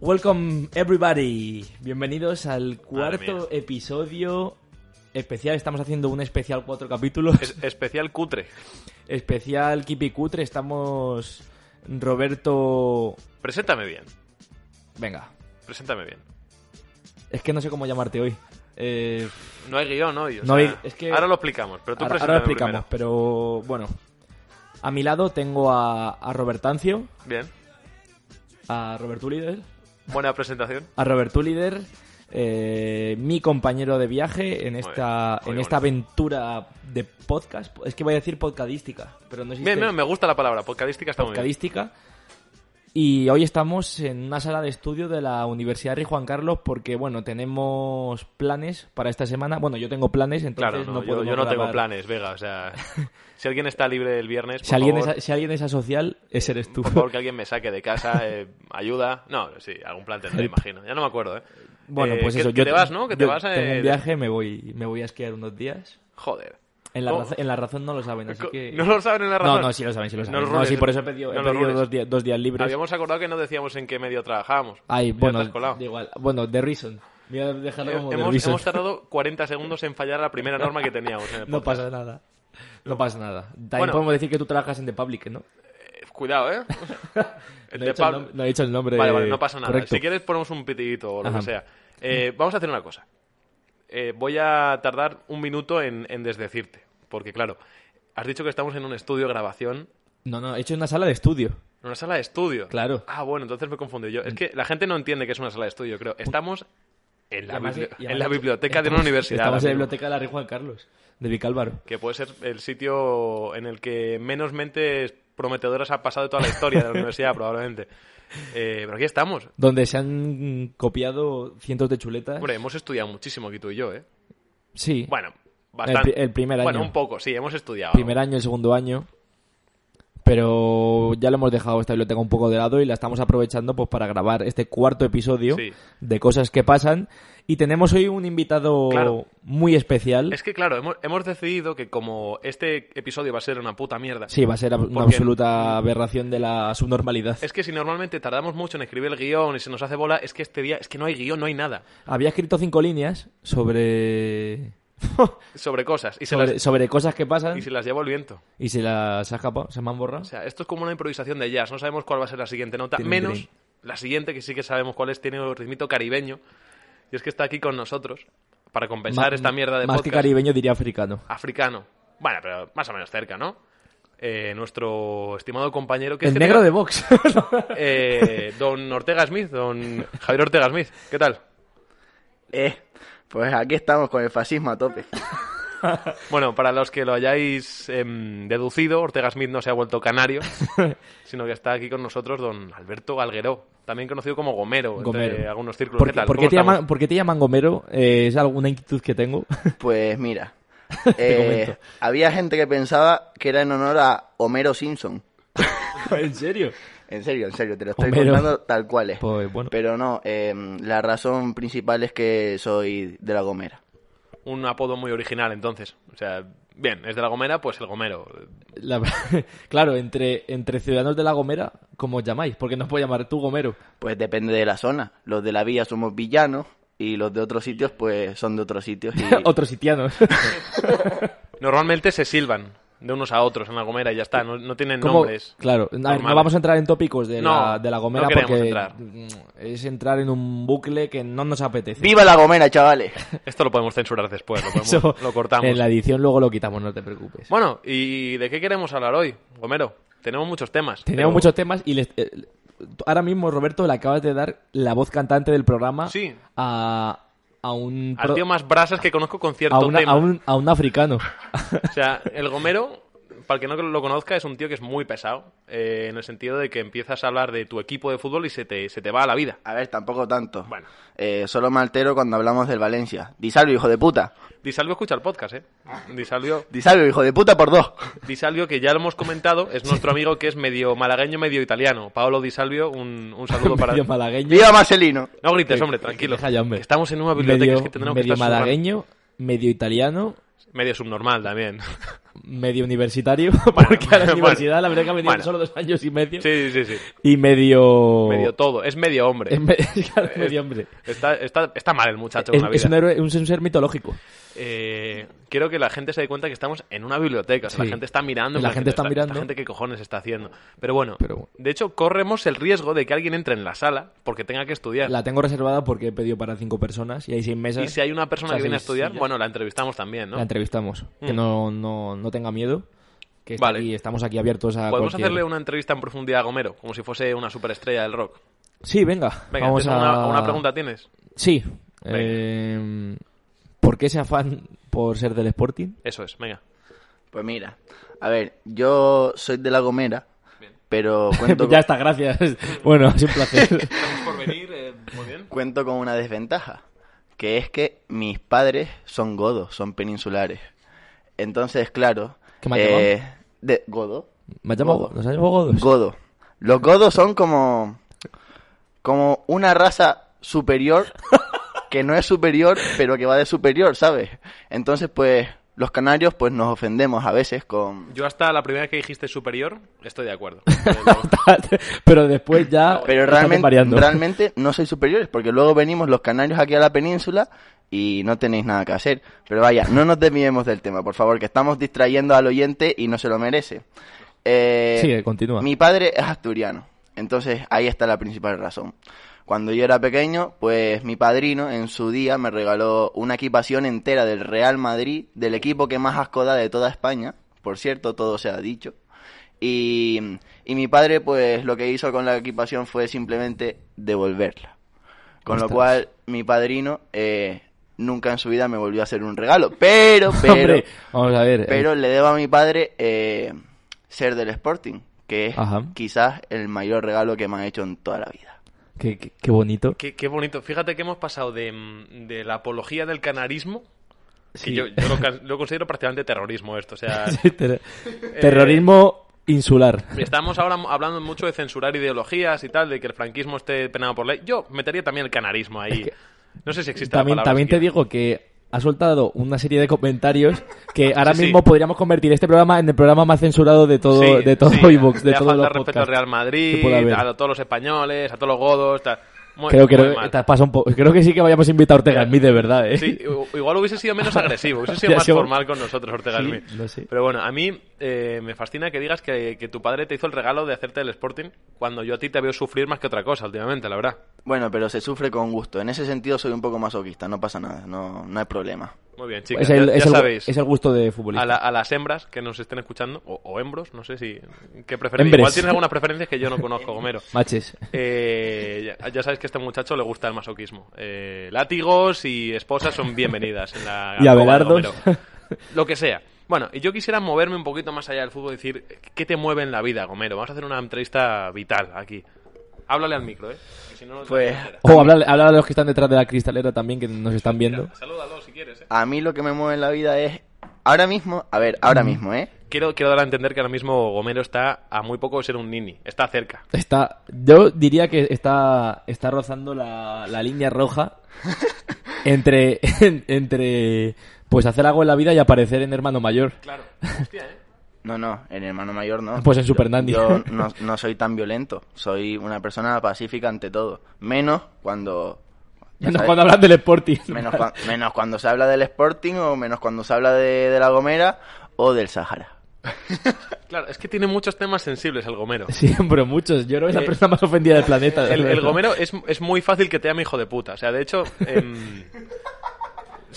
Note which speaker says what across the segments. Speaker 1: Welcome everybody. Bienvenidos al cuarto
Speaker 2: mía.
Speaker 1: episodio especial. Estamos haciendo un especial cuatro capítulos.
Speaker 2: Es- especial cutre.
Speaker 1: Especial Kipi Cutre. Estamos Roberto.
Speaker 2: Preséntame bien.
Speaker 1: Venga.
Speaker 2: Preséntame bien.
Speaker 1: Es que no sé cómo llamarte hoy. Eh,
Speaker 2: No hay guión hoy. o
Speaker 1: No
Speaker 2: sea,
Speaker 1: hay- es que-
Speaker 2: Ahora lo explicamos, pero tú
Speaker 1: ahora, ahora
Speaker 2: preséntame
Speaker 1: lo explicamos,
Speaker 2: primero.
Speaker 1: pero bueno. A mi lado tengo a, a Robertancio,
Speaker 2: Bien.
Speaker 1: a Roberto Líder,
Speaker 2: Buena presentación.
Speaker 1: a Roberto Líder, eh, mi compañero de viaje en esta,
Speaker 2: bien, muy
Speaker 1: en esta
Speaker 2: bueno.
Speaker 1: aventura de podcast. Es que voy a decir podcadística, pero no existe
Speaker 2: Bien, bien, me gusta la palabra. Podcadística está muy bien.
Speaker 1: podcadística. Y hoy estamos en una sala de estudio de la Universidad Rey Juan Carlos porque, bueno, tenemos planes para esta semana. Bueno, yo tengo planes, entonces
Speaker 2: Claro, no,
Speaker 1: no
Speaker 2: yo,
Speaker 1: puedo
Speaker 2: yo no tengo
Speaker 1: grabar.
Speaker 2: planes, Vega. O sea, si alguien está libre el viernes, por
Speaker 1: Si alguien,
Speaker 2: favor,
Speaker 1: es, si alguien es asocial, ese eres tú.
Speaker 2: por favor, que alguien me saque de casa, eh, ayuda. No, sí, algún plan tendré, imagino. Ya no me acuerdo, ¿eh?
Speaker 1: Bueno,
Speaker 2: Eh,
Speaker 1: pues
Speaker 2: que-
Speaker 1: eso.
Speaker 2: que
Speaker 1: yo
Speaker 2: te vas, ¿no? Que te
Speaker 1: yo
Speaker 2: vas eh, a...
Speaker 1: Tengo un viaje, me voy, me voy a esquiar unos días.
Speaker 2: Joder.
Speaker 1: En la,
Speaker 2: ¿Cómo?
Speaker 1: raza- en la razón no lo saben, así que...
Speaker 2: Oh. Eh, ¿No lo saben en la razón?
Speaker 1: No, no, sí lo saben, sí lo
Speaker 2: No
Speaker 1: saben.
Speaker 2: lo
Speaker 1: No,
Speaker 2: rules.
Speaker 1: sí, por eso he pedido, he
Speaker 2: No lo
Speaker 1: pedido
Speaker 2: rules.
Speaker 1: dos, días, dos días libres.
Speaker 2: Habíamos acordado que no decíamos en qué medio trabajábamos.
Speaker 1: Ay,
Speaker 2: Ya te
Speaker 1: bueno,
Speaker 2: has colado. Eh,
Speaker 1: da igual. Bueno, The Reason. Voy a dejarlo como The
Speaker 2: Hemos,
Speaker 1: Reason.
Speaker 2: hemos tardado 40 segundos en fallar la primera norma que teníamos. en el
Speaker 1: No
Speaker 2: podcast.
Speaker 1: pasa nada. No pasa nada. También
Speaker 2: Bueno.
Speaker 1: podemos decir que tú trabajas en The Public, ¿no?
Speaker 2: Eh, Cuidado, ¿eh? El
Speaker 1: No
Speaker 2: de
Speaker 1: he, dicho el
Speaker 2: Pablo-
Speaker 1: nom- no he dicho el nombre.
Speaker 2: Vale, vale, no pasa nada.
Speaker 1: correcto.
Speaker 2: Si quieres ponemos un pitidito o lo
Speaker 1: Ajá.
Speaker 2: que sea. Eh, vamos a hacer una cosa. Eh, voy a tardar un minuto en, en desdecirte. Porque, claro, has dicho que estamos en un estudio de grabación,
Speaker 1: No, no, he hecho una sala de estudio.
Speaker 2: en una sala de estudio.
Speaker 1: Claro. Mm.
Speaker 2: Ah, bueno, entonces me confundí yo. Es que la gente no entiende que es una sala de estudio, creo. Estamos en
Speaker 1: Y
Speaker 2: la,
Speaker 1: además-
Speaker 2: bibli-
Speaker 1: y
Speaker 2: en la
Speaker 1: además-
Speaker 2: biblioteca de una
Speaker 1: estamos-
Speaker 2: universidad.
Speaker 1: Estamos en la
Speaker 2: amigo.
Speaker 1: biblioteca de la Rey Juan Carlos, de Vicálvaro.
Speaker 2: que puede ser el sitio en el que menos mentes prometedoras ha pasado de toda la historia de la universidad, probablemente. Eh, pero aquí estamos.
Speaker 1: Donde se han copiado cientos de chuletas.
Speaker 2: Hombre, hemos estudiado muchísimo aquí tú y yo, ¿eh?
Speaker 1: sí.
Speaker 2: Bueno, bastante.
Speaker 1: El pri- el primer
Speaker 2: Bueno,
Speaker 1: año.
Speaker 2: un poco, sí, hemos estudiado.
Speaker 1: primer año, el segundo año. Pero ya lo hemos dejado esta biblioteca un poco de lado y la estamos aprovechando pues para grabar este cuarto episodio
Speaker 2: Sí.
Speaker 1: de cosas que pasan. Y tenemos hoy un invitado
Speaker 2: Claro.
Speaker 1: muy especial.
Speaker 2: Es que, claro, hemos, hemos decidido que como este episodio va a ser una puta mierda...
Speaker 1: Sí, va a ser ab- una
Speaker 2: Porque-
Speaker 1: absoluta aberración de la subnormalidad.
Speaker 2: Es que si normalmente tardamos mucho en escribir el guión y se nos hace bola, es que este día es que no hay guión, no hay nada
Speaker 1: Había escrito cinco líneas sobre...
Speaker 2: sobre cosas. Y se,
Speaker 1: sobre,
Speaker 2: las,
Speaker 1: sobre cosas que pasan
Speaker 2: y se las lleva el viento.
Speaker 1: y se las ha escapado, se me han borrado.
Speaker 2: O sea, esto es como una improvisación de jazz. No sabemos cuál va a ser la siguiente nota,
Speaker 1: Tiene un
Speaker 2: menos
Speaker 1: trin.
Speaker 2: la siguiente, que sí que sabemos cuál es. Tiene un ritmito caribeño. Y es que está aquí con nosotros para compensar
Speaker 1: Ma-
Speaker 2: esta mierda de
Speaker 1: Más que
Speaker 2: podcast
Speaker 1: caribeño diría africano.
Speaker 2: africano. Bueno, pero más o menos cerca, ¿no? Eh, nuestro estimado compañero que
Speaker 1: El
Speaker 2: es que
Speaker 1: negro de
Speaker 2: tengo-
Speaker 1: Vox.
Speaker 2: eh, don Ortega Smith, don Javier Ortega Smith, ¿qué tal?
Speaker 3: Eh, pues aquí estamos con el fascismo a tope.
Speaker 2: Bueno, para los que lo hayáis em, deducido, Ortega Smith no se ha vuelto canario, sino que está aquí con nosotros don Alberto Galgueró, también conocido como Gomero, entre
Speaker 1: Gomero.
Speaker 2: algunos círculos.
Speaker 1: ¿Por,
Speaker 2: ¿Qué tal?
Speaker 1: por qué
Speaker 2: ¿Cómo
Speaker 1: te
Speaker 2: estamos?
Speaker 1: llaman, por qué te llaman Gomero? Eh, es alguna inquietud que tengo.
Speaker 3: Pues mira,
Speaker 1: Te
Speaker 3: eh,
Speaker 1: comento.
Speaker 3: había gente que pensaba que era en honor a Homero Simpson.
Speaker 1: ¿En serio?
Speaker 3: En serio, en serio, te lo estoy
Speaker 1: Homero.
Speaker 3: contando tal cual es.
Speaker 1: Pues bueno.
Speaker 3: Pero no, eh, la razón principal es que soy de La Gomera.
Speaker 2: Un apodo muy original, entonces. O sea, bien, es de La Gomera, pues el Gomero.
Speaker 1: la- claro, entre, entre ciudadanos de La Gomera, ¿cómo os llamáis? Porque nos puedo llamar tú Gomero.
Speaker 3: Pues depende de la zona. Los de la villa somos villanos y los de otros sitios pues son de otros sitios. Y...
Speaker 1: Otros sitianos.
Speaker 2: Normalmente se silban de unos a otros en La Gomera y ya está, no, no tienen
Speaker 1: ¿Cómo-
Speaker 2: nombres.
Speaker 1: Claro, a ver,
Speaker 2: normales.
Speaker 1: no vamos a entrar en tópicos de, la,
Speaker 2: No,
Speaker 1: de la Gomera
Speaker 2: no queremos
Speaker 1: porque
Speaker 2: entrar.
Speaker 1: mm, es entrar en un bucle que no nos apetece.
Speaker 3: ¡Viva La Gomera, chavales!
Speaker 2: Esto lo podemos censurar después, lo, podemos-
Speaker 1: Eso,
Speaker 2: lo cortamos.
Speaker 1: En la edición luego lo quitamos, no te preocupes.
Speaker 2: Bueno, ¿y de qué queremos hablar hoy, Gomero? Tenemos muchos temas.
Speaker 1: Teníamos
Speaker 2: pero-
Speaker 1: muchos temas y les- eh, ahora mismo, Roberto, le acabas de dar la voz cantante del programa
Speaker 2: Sí.
Speaker 1: a, a un...
Speaker 2: Al
Speaker 1: pro-
Speaker 2: tío más brasas que conozco con cierto
Speaker 1: a, una-
Speaker 2: tema.
Speaker 1: a un, a un africano.
Speaker 2: O sea, el Gomero, para el que no lo conozca, es un tío que es muy pesado. eh, en el sentido de que empiezas a hablar de tu equipo de fútbol y se te, se te va a la vida.
Speaker 3: A ver, tampoco tanto.
Speaker 2: Bueno.
Speaker 3: Eh, solo me altero cuando hablamos del Valencia. Disalvio, hijo de puta.
Speaker 2: Disalvio escucha el podcast, ¿eh? Disalvio,
Speaker 3: Disalvio, hijo de puta, por dos.
Speaker 2: Disalvio, que ya lo hemos comentado, es nuestro amigo que es medio malagueño, medio italiano. Paolo Disalvio, un, un saludo para...
Speaker 1: medio malagueño.
Speaker 3: ¡Viva Marcelino!
Speaker 2: No grites, hombre, tranquilo.
Speaker 1: Deja ya, hombre.
Speaker 2: que Estamos en una biblioteca
Speaker 1: medio,
Speaker 2: es que tendremos
Speaker 1: medio
Speaker 2: que estar sumando.
Speaker 1: malagueño, medio italiano.
Speaker 2: Medio subnormal también.
Speaker 1: medio universitario, porque a la
Speaker 2: bueno,
Speaker 1: universidad la verdad que ha venido
Speaker 2: bueno.
Speaker 1: solo dos años y medio.
Speaker 2: Sí, sí, sí.
Speaker 1: Y medio...
Speaker 2: Medio todo. Es medio hombre.
Speaker 1: es me- claro, medio hombre.
Speaker 2: Está, está, está mal el muchacho
Speaker 1: Es,
Speaker 2: con la
Speaker 1: es
Speaker 2: vida.
Speaker 1: un héroe- es un ser mitológico.
Speaker 2: Eh, quiero que la gente se dé cuenta que estamos en una biblioteca. O sea,
Speaker 1: Sí.
Speaker 2: la gente está mirando.
Speaker 1: La gente está mirando.
Speaker 2: La gente qué cojones está haciendo. Pero bueno,
Speaker 1: Pero-
Speaker 2: de hecho, corremos el riesgo de que alguien entre en la sala porque tenga que estudiar.
Speaker 1: La tengo reservada porque he pedido para cinco personas y hay seis mesas.
Speaker 2: Y si hay una persona
Speaker 1: O sea,
Speaker 2: que viene a
Speaker 1: sí,
Speaker 2: estudiar,
Speaker 1: sí, ya.
Speaker 2: bueno, la entrevistamos también, ¿no?
Speaker 1: La entrevistamos. Que
Speaker 2: Mm.
Speaker 1: no, no, no tenga miedo. Que está
Speaker 2: Vale.
Speaker 1: aquí- estamos aquí abiertos a.
Speaker 2: Podemos
Speaker 1: cualquier-
Speaker 2: hacerle una entrevista en profundidad a Gomero, como si fuese una superestrella del rock.
Speaker 1: Sí, venga.
Speaker 2: Venga,
Speaker 1: vamos
Speaker 2: ¿tienes
Speaker 1: a.
Speaker 2: alguna- alguna pregunta tienes?
Speaker 1: Sí.
Speaker 2: Venga.
Speaker 1: Eh, ¿Por qué ese afán por ser del Sporting?
Speaker 2: Eso es, venga.
Speaker 3: Pues mira, a ver, yo soy de La Gomera, pero cuento,
Speaker 1: ya
Speaker 3: con,
Speaker 1: está, gracias. bueno, es un placer.
Speaker 2: Gracias por venir, eh, muy bien.
Speaker 3: cuento con una desventaja, que es que mis padres son godos, son peninsulares. Entonces, claro, eh,
Speaker 1: ¿Qué me has llamado?
Speaker 3: de godo,
Speaker 1: ¿Me has llamado?
Speaker 3: Godo.
Speaker 1: ¿Nos has llamado Godos?
Speaker 3: godo. Los godos son como como una raza superior que no es superior, pero que va de superior, ¿sabes? Entonces, pues los canarios pues nos ofendemos a veces con
Speaker 2: Yo hasta la primera que dijiste superior, estoy de acuerdo.
Speaker 1: Pero después ya.
Speaker 3: Pero
Speaker 1: estamos
Speaker 3: realmente,
Speaker 1: variando.
Speaker 3: realmente no sois superiores, porque luego venimos los canarios aquí a la península y no tenéis nada que hacer. Pero vaya, no nos desviemos del tema, por favor, que estamos distrayendo al oyente y no se lo merece. Eh,
Speaker 1: Sigue, continúa.
Speaker 3: mi padre es asturiano, entonces ahí está la principal razón. Cuando yo era pequeño, pues mi padrino en su día me regaló una equipación entera del Real Madrid, del equipo que más asco da de toda España, por cierto, todo se ha dicho. Y, y mi padre, pues lo que hizo con la equipación fue simplemente devolverla. Con lo
Speaker 1: Ostras.
Speaker 3: cual, mi padrino eh, nunca en su vida me volvió a hacer un regalo. Pero, pero,
Speaker 1: Hombre, vamos a ver. eh,
Speaker 3: pero le debo a mi padre eh, ser del Sporting, que es
Speaker 1: Ajá.
Speaker 3: quizás el mayor regalo que me han hecho en toda la vida.
Speaker 1: qué, qué- qué bonito.
Speaker 2: Qué, qué bonito. Fíjate que hemos pasado de, mm, de la apología del canarismo, que
Speaker 1: Sí.
Speaker 2: yo, yo lo, ca- lo considero prácticamente terrorismo esto. O sea,
Speaker 1: Sí, ter-
Speaker 2: Eh,
Speaker 1: Terrorismo insular.
Speaker 2: estamos ahora m- hablando mucho de censurar ideologías y tal, de que el franquismo esté penado por ley. Yo metería también el canarismo ahí. No sé si existe la
Speaker 1: También,
Speaker 2: palabra
Speaker 1: también te
Speaker 2: siquiera.
Speaker 1: digo que ha soltado una serie de comentarios que ahora
Speaker 2: Sí, sí.
Speaker 1: mismo podríamos convertir este programa en el programa más censurado de todo,
Speaker 2: Sí,
Speaker 1: de todo
Speaker 2: sí,
Speaker 1: iVoox, de
Speaker 2: le ha
Speaker 1: todos los
Speaker 2: faltado respeto al
Speaker 1: podcasts.
Speaker 2: Real
Speaker 1: que pueda
Speaker 2: Madrid,
Speaker 1: haber.
Speaker 2: a todos los españoles, a todos los godos, tal. Muy-
Speaker 1: Creo, creo,
Speaker 2: muy
Speaker 1: que
Speaker 2: mal.
Speaker 1: te has pasado un poco. creo que sí que vayamos a invitar a Ortega
Speaker 2: Mira,
Speaker 1: Smith de verdad, ¿eh?
Speaker 2: Sí, u- igual hubiese sido menos agresivo, hubiese sido
Speaker 1: Ya
Speaker 2: más
Speaker 1: sigo-
Speaker 2: formal con nosotros, Ortega
Speaker 1: Sí,
Speaker 2: Smith.
Speaker 1: lo sé.
Speaker 2: Pero bueno, a mí eh, me fascina que digas que, que tu padre te hizo el regalo de hacerte el Sporting cuando yo a ti te veo sufrir más que otra cosa últimamente, la verdad.
Speaker 3: Bueno, pero se sufre con gusto. En ese sentido soy un poco masoquista, no pasa nada, no, no hay problema.
Speaker 2: Muy bien, chicas,
Speaker 1: es, Pues el,
Speaker 2: ya, ya
Speaker 1: es, el,
Speaker 2: sabéis.
Speaker 1: es el gusto de futbolista.
Speaker 2: A, la- a las hembras que nos estén escuchando, o, o hembros, no sé si... ¿Qué preferencia?
Speaker 1: Hembres.
Speaker 2: Igual tienes algunas preferencias que yo no conozco, Gomero.
Speaker 1: Maches.
Speaker 2: Eh, ya, ya sabes que a este muchacho le gusta el masoquismo. Eh, látigos y esposas son bienvenidas en la
Speaker 1: Y
Speaker 2: alcoba de
Speaker 1: Abelardos.
Speaker 2: Romero. Lo que sea. Bueno, y yo quisiera moverme un poquito más allá del fútbol y decir, ¿qué te mueve en la vida, Gomero? Vamos a hacer una entrevista vital aquí. Háblale al micro, ¿eh? Que si no, no te
Speaker 3: Pues-
Speaker 2: voy a enterar.
Speaker 1: O hablar a los que están detrás de la cristalera también, que nos están viendo.
Speaker 2: Salúdalo si quieres, ¿eh?
Speaker 3: A mí lo que me mueve en la vida es, ahora mismo, a ver, ahora mismo, ¿eh?
Speaker 2: Quiero, quiero dar a entender que ahora mismo Gomero está a muy poco de ser un nini. Está cerca.
Speaker 1: Está, yo diría que está, está rozando la, la línea roja entre, en- entre pues hacer algo en la vida y aparecer en hermano mayor.
Speaker 2: Claro. ¿eh?
Speaker 3: No, no, en hermano mayor no.
Speaker 1: Pues en Super Nanny.
Speaker 3: Yo no, no soy tan violento, soy una persona pacífica ante todo. Menos cuando... ya
Speaker 1: Menos
Speaker 3: sabes,
Speaker 1: cuando hablan del Sporting.
Speaker 3: menos, cuan- menos cuando se habla del Sporting o menos cuando se habla de, de La Gomera o del Sahara.
Speaker 2: Claro, es que tiene muchos temas sensibles el Gomero.
Speaker 1: Sí, pero muchos. Yo creo que es la
Speaker 2: Eh,
Speaker 1: persona más ofendida del planeta. de
Speaker 2: El, el
Speaker 1: verdad.
Speaker 2: gomero es, es muy fácil que te llame hijo de puta. O sea, de hecho. em,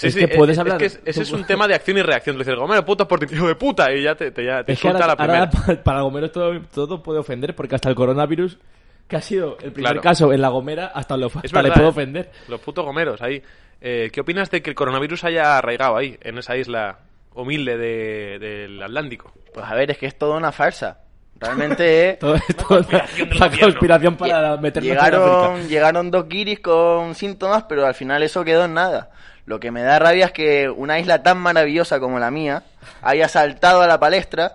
Speaker 1: Es que puedes
Speaker 2: es
Speaker 1: hablar
Speaker 2: que es-
Speaker 1: tú-
Speaker 2: ese es un tema de acción y reacción. Tú dices, Gomero, puto por ti, hijo de puta. Y ya te, te, ya te
Speaker 1: Es que
Speaker 2: insulta
Speaker 1: ahora,
Speaker 2: a la primera.
Speaker 1: ahora pa- para Gomero todo, todo puede ofender, porque hasta el coronavirus, que ha sido el primer
Speaker 2: Claro.
Speaker 1: caso en La Gomera, hasta, lo,
Speaker 2: Es
Speaker 1: hasta le
Speaker 2: verdad,
Speaker 1: puede
Speaker 2: ¿eh?
Speaker 1: ofender.
Speaker 2: Los putos gomeros ahí. Eh, ¿Qué opinas de que el coronavirus haya arraigado ahí, en esa isla humilde de- del Atlántico?
Speaker 3: Pues a ver, es que es toda una farsa. Realmente es...
Speaker 1: Todo esto es una
Speaker 2: conspiración del
Speaker 1: una
Speaker 2: gobierno.
Speaker 1: conspiración para
Speaker 3: lle-
Speaker 1: meternos en África.
Speaker 3: llegaron, llegaron dos guiris con síntomas, pero al final eso quedó en nada. Lo que me da rabia es que una isla tan maravillosa como la mía haya saltado a la palestra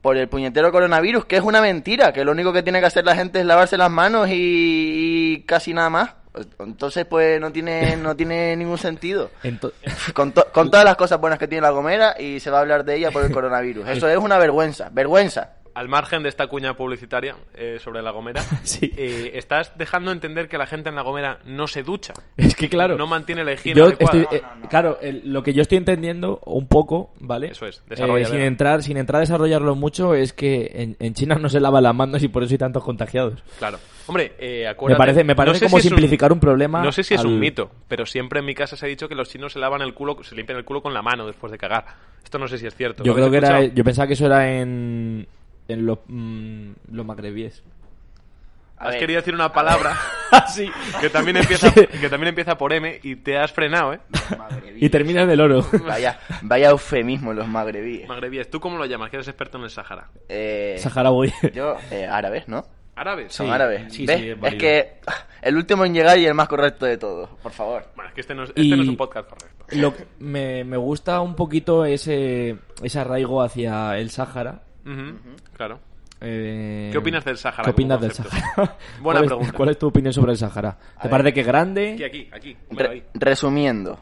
Speaker 3: por el puñetero coronavirus, que es una mentira, que lo único que tiene que hacer la gente es lavarse las manos y, y casi nada más. Entonces, pues no tiene, no tiene ningún sentido.
Speaker 1: Ento-
Speaker 3: Con, to- con todas las cosas buenas que tiene la Gomera y se va a hablar de ella por el coronavirus. Eso es una vergüenza, vergüenza.
Speaker 2: Al margen de esta cuña publicitaria eh, sobre La Gomera,
Speaker 1: Sí.
Speaker 2: eh, estás dejando entender que la gente en La Gomera no se ducha.
Speaker 1: es que claro.
Speaker 2: No mantiene la higiene
Speaker 1: Yo
Speaker 2: adecuada.
Speaker 1: estoy- eh, Claro, el- lo que yo estoy entendiendo un poco, ¿vale?
Speaker 2: Eso es,
Speaker 1: Eh,
Speaker 2: desarrolladera.
Speaker 1: sin, entrar, sin entrar a desarrollarlo mucho, es que en, en China no se lavan las manos y por eso hay tantos contagiados.
Speaker 2: Claro. Hombre, eh,
Speaker 1: Me
Speaker 2: acuérdate...
Speaker 1: parece, me parece
Speaker 2: no sé
Speaker 1: como
Speaker 2: si es
Speaker 1: simplificar un, problema.
Speaker 2: No sé si es
Speaker 1: al-
Speaker 2: un mito, pero siempre en mi casa se ha dicho que los chinos se lavan el culo, se limpian el culo con la mano después de cagar. Esto no sé si es cierto.
Speaker 1: Yo
Speaker 2: ¿Lo
Speaker 1: creo
Speaker 2: has
Speaker 1: que era,
Speaker 2: escuchado?
Speaker 1: yo pensaba que eso era en, en los, mm, los magrebíes.
Speaker 3: A
Speaker 2: Has
Speaker 3: ver,
Speaker 2: querido decir una palabra
Speaker 1: Ah,
Speaker 2: que también empieza que también empieza por M y te has frenado, ¿eh?
Speaker 1: Y termina en el oro.
Speaker 3: Vaya, vaya eufemismo los magrebíes.
Speaker 2: Magrebíes, ¿tú cómo lo llamas? Que eres experto en el Sahara.
Speaker 3: Eh,
Speaker 1: Saharaui.
Speaker 3: yo, eh, árabes, ¿no?
Speaker 2: ¿Árabes?
Speaker 3: Son
Speaker 1: Sí,
Speaker 3: árabes.
Speaker 1: sí,
Speaker 3: ¿Ves?
Speaker 1: sí, es
Speaker 3: es
Speaker 1: válido.
Speaker 3: que ah, el último en llegar y el más correcto de todos, por favor.
Speaker 2: Bueno, es que este no es, este
Speaker 1: Y-
Speaker 2: no es un podcast correcto.
Speaker 1: Lo que- me, me gusta un poquito ese, ese arraigo hacia el Sahara.
Speaker 2: Ujú, Claro.
Speaker 1: Eh,
Speaker 2: ¿Qué opinas del Sahara
Speaker 1: ¿Qué opinas
Speaker 2: como
Speaker 1: del
Speaker 2: concepto?
Speaker 1: Sahara?
Speaker 2: Buena
Speaker 1: ¿Cuál es-
Speaker 2: pregunta.
Speaker 1: ¿Cuál es tu opinión sobre el Sahara? ¿Te
Speaker 3: ver.
Speaker 1: parece que es
Speaker 2: Aquí,
Speaker 1: grande?
Speaker 2: aquí, aquí.
Speaker 3: Re-
Speaker 2: Bueno, ahí.
Speaker 3: resumiendo,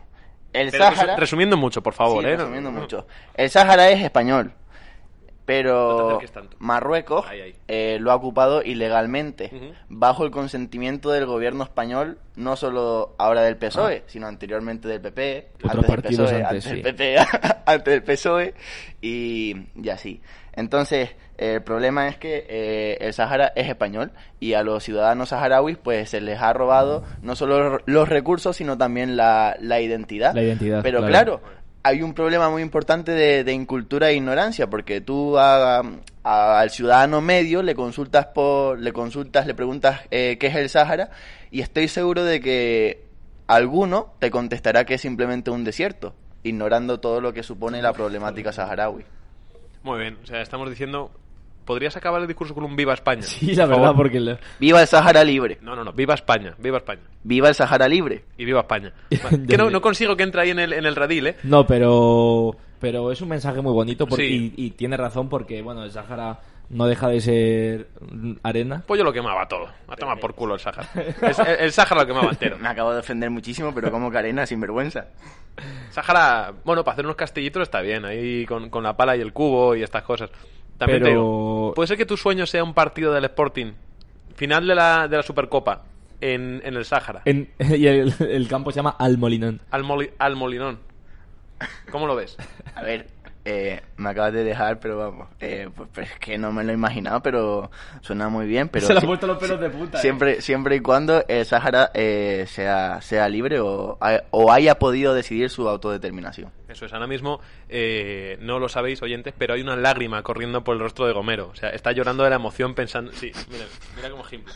Speaker 3: el
Speaker 2: Pero resu-
Speaker 3: Sáhara.
Speaker 2: resumiendo mucho, por favor,
Speaker 3: Sí,
Speaker 2: ¿eh?
Speaker 3: resumiendo mucho. El Sáhara es español,
Speaker 2: No te
Speaker 3: pero
Speaker 2: acerques tanto.
Speaker 3: Marruecos
Speaker 2: Ahí, ahí.
Speaker 3: eh, lo ha ocupado ilegalmente,
Speaker 2: Ujú.
Speaker 3: bajo el consentimiento del gobierno español, no solo ahora del
Speaker 2: Ah.
Speaker 3: PSOE, E, sino anteriormente del PP,
Speaker 1: Otros
Speaker 3: antes del
Speaker 1: partidos
Speaker 3: PSOE,
Speaker 1: antes,
Speaker 3: E,
Speaker 1: sí.
Speaker 3: antes del PP, antes del PSOE, E, y, y así. Entonces, eh, el problema es que eh, el Sahara es español y a los ciudadanos saharauis pues se les ha robado no solo los recursos, sino también la, la identidad.
Speaker 1: La identidad,
Speaker 3: Pero
Speaker 1: claro.
Speaker 3: claro, hay un problema muy importante de, de incultura e ignorancia, porque tú a- a- al ciudadano medio le consultas, por, le, consultas le preguntas eh, qué es el Sáhara y estoy seguro de que alguno te contestará que es simplemente un desierto, ignorando todo lo que supone la problemática saharaui.
Speaker 2: Muy bien, o sea, estamos diciendo ¿Podrías acabar el discurso con un viva España?
Speaker 1: Sí, la
Speaker 2: por
Speaker 1: verdad,
Speaker 2: favor?
Speaker 1: porque... le-
Speaker 3: Viva el Sáhara libre,
Speaker 2: No, no, no, viva España, viva España.
Speaker 3: viva el Sáhara libre.
Speaker 2: Y viva España. Va, que no, no consigo que entre ahí en el, en el radil, ¿eh?
Speaker 1: No, pero, pero es un mensaje muy bonito porque,
Speaker 2: Sí.
Speaker 1: y, y tiene razón porque, bueno, el Sahara no deja de ser mm, arena.
Speaker 2: Pues yo lo quemaba todo. A tomar por culo el Sáhara. Es- El, el Sáhara lo quemaba entero.
Speaker 3: Me acabo de ofender muchísimo, pero como Carena, sin vergüenza.
Speaker 2: Sáhara, bueno, para hacer unos castillitos está bien, ahí con, con la pala y el cubo y estas cosas. También
Speaker 1: Pero-
Speaker 2: te digo, puede ser que tu sueño sea un partido del Sporting, final de la, de la Supercopa, en, en el Sáhara,
Speaker 1: En- y el, el campo se llama Almolinón.
Speaker 2: al, moli- al Molinón. ¿Cómo lo ves?
Speaker 3: A ver, eh, me acabas de dejar, pero vamos. eh, pues, pues es que no me lo he imaginado, pero suena muy bien. Pero
Speaker 1: Se le han
Speaker 3: si-
Speaker 1: puesto los pelos de punta. ¿eh?
Speaker 3: siempre, siempre y cuando el Sahara eh, sea, sea libre o, ha- o haya podido decidir su autodeterminación.
Speaker 2: Eso es, ahora mismo eh, no lo sabéis, oyentes, pero hay una lágrima corriendo por el rostro de Gomero. O sea, está llorando de la emoción pensando. Sí, mira, mira como ejemplo.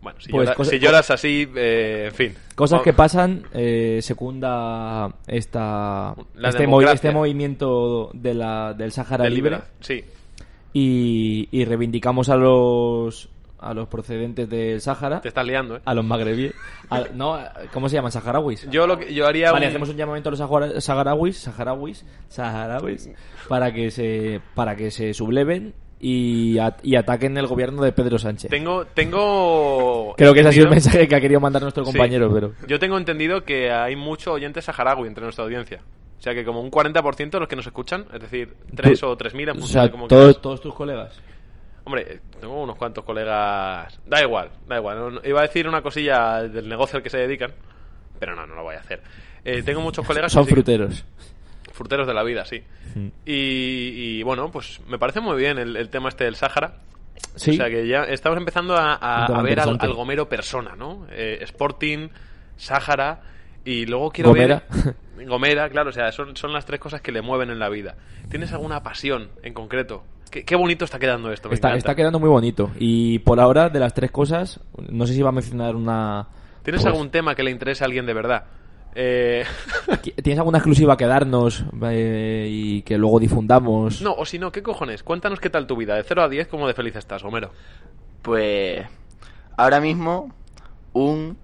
Speaker 2: Bueno, si,
Speaker 1: Pues
Speaker 2: llora-
Speaker 1: cosa-
Speaker 2: si lloras así, eh, en fin.
Speaker 1: Cosas
Speaker 2: No,
Speaker 1: que pasan eh, secunda esta,
Speaker 2: La
Speaker 1: este,
Speaker 2: democracia.
Speaker 1: este movimiento de la, del Sahara
Speaker 2: de
Speaker 1: libre
Speaker 2: libera- Sí,
Speaker 1: y, y reivindicamos a los a los procedentes del Sahara,
Speaker 2: te estás liando, ¿eh?
Speaker 1: a los magrebíes, a- no, ¿cómo se llaman? Saharauis.
Speaker 2: Yo, lo que, yo haría.
Speaker 1: Vale,
Speaker 2: un-
Speaker 1: hacemos un llamamiento a los sahara- saharauis, saharauis, saharauis, para que se para que se subleven y, at- y ataquen el gobierno de Pedro Sánchez.
Speaker 2: Tengo. tengo
Speaker 1: Creo que ese ha sido el
Speaker 2: entendido-
Speaker 1: mensaje que ha querido mandar nuestro
Speaker 2: Pues Sí.
Speaker 1: compañero, pero
Speaker 2: Yo tengo entendido que hay mucho oyente saharaui entre nuestra audiencia. O sea que como un 40% de los que nos escuchan, es decir, 3 o 3.000 en
Speaker 1: o
Speaker 2: función de
Speaker 1: sea,
Speaker 2: cómo
Speaker 1: todos, todos tus colegas.
Speaker 2: Hombre, eh, tengo unos cuantos colegas. Da igual, da igual. No- no- Iba a decir una cosilla del negocio al que se dedican, pero no, no lo voy a hacer. Eh, tengo muchos colegas.
Speaker 1: Son
Speaker 2: que sí-
Speaker 1: fruteros. Mm.
Speaker 2: fruteros de la vida, sí. Y, y, bueno, pues me parece muy bien el, el tema este del Sáhara.
Speaker 1: Sí.
Speaker 2: O sea que ya estamos empezando a, a-
Speaker 1: Un tema
Speaker 2: a ver al,
Speaker 1: interesante.
Speaker 2: al Gomero persona, ¿no? Eh, Sporting, Sáhara y luego quiero
Speaker 1: Gomera.
Speaker 2: ver... Gomera, claro, o sea, son, son las tres cosas que le mueven en la vida. ¿Tienes alguna pasión en concreto? Qué, qué bonito está quedando esto. me
Speaker 1: Está,
Speaker 2: encanta.
Speaker 1: está quedando muy bonito. Y por ahora, de las tres cosas, no sé si va a mencionar una.
Speaker 2: ¿Tienes
Speaker 1: pues,
Speaker 2: algún tema que le interese a alguien de verdad? Eh,
Speaker 1: qui- ¿Tienes alguna exclusiva que darnos eh, y que luego difundamos?
Speaker 2: no, o si no, ¿qué cojones? Cuéntanos qué tal tu vida. De 0 a 10, ¿cómo de feliz estás, Homero?
Speaker 3: Pues ahora mismo un,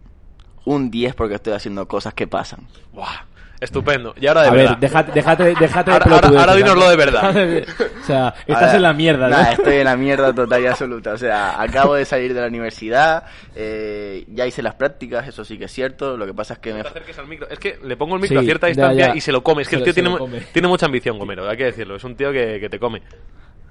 Speaker 3: un 10 porque estoy haciendo cosas que pasan.
Speaker 2: ¡Buah! Estupendo. Y ahora de
Speaker 1: A
Speaker 2: verdad.
Speaker 1: ver, déjate, déjate, déjate
Speaker 2: Ahora-
Speaker 1: de
Speaker 2: ahora-
Speaker 1: pelotudeces,
Speaker 2: ahora dinoslo
Speaker 1: ¿vale?
Speaker 2: de verdad.
Speaker 1: o sea, estás
Speaker 3: Ahora-
Speaker 1: en la mierda, ¿no?
Speaker 2: eh,
Speaker 3: Nah, estoy en la mierda total y absoluta. O sea, acabo de salir de la universidad, eh, ya hice las prácticas, eso sí que es cierto. Lo que pasa es que me...
Speaker 2: No te acerques al micro. Es que le pongo el micro
Speaker 1: Sí,
Speaker 2: a cierta
Speaker 1: ya,
Speaker 2: distancia
Speaker 1: ya.
Speaker 2: y se lo come. Es
Speaker 1: Se
Speaker 2: que el
Speaker 1: lo-
Speaker 2: tío
Speaker 1: se
Speaker 2: tiene,
Speaker 1: lo
Speaker 2: mu-
Speaker 1: come.
Speaker 2: tiene mucha ambición, Gomero. Hay que decirlo. Es un tío que, que te come.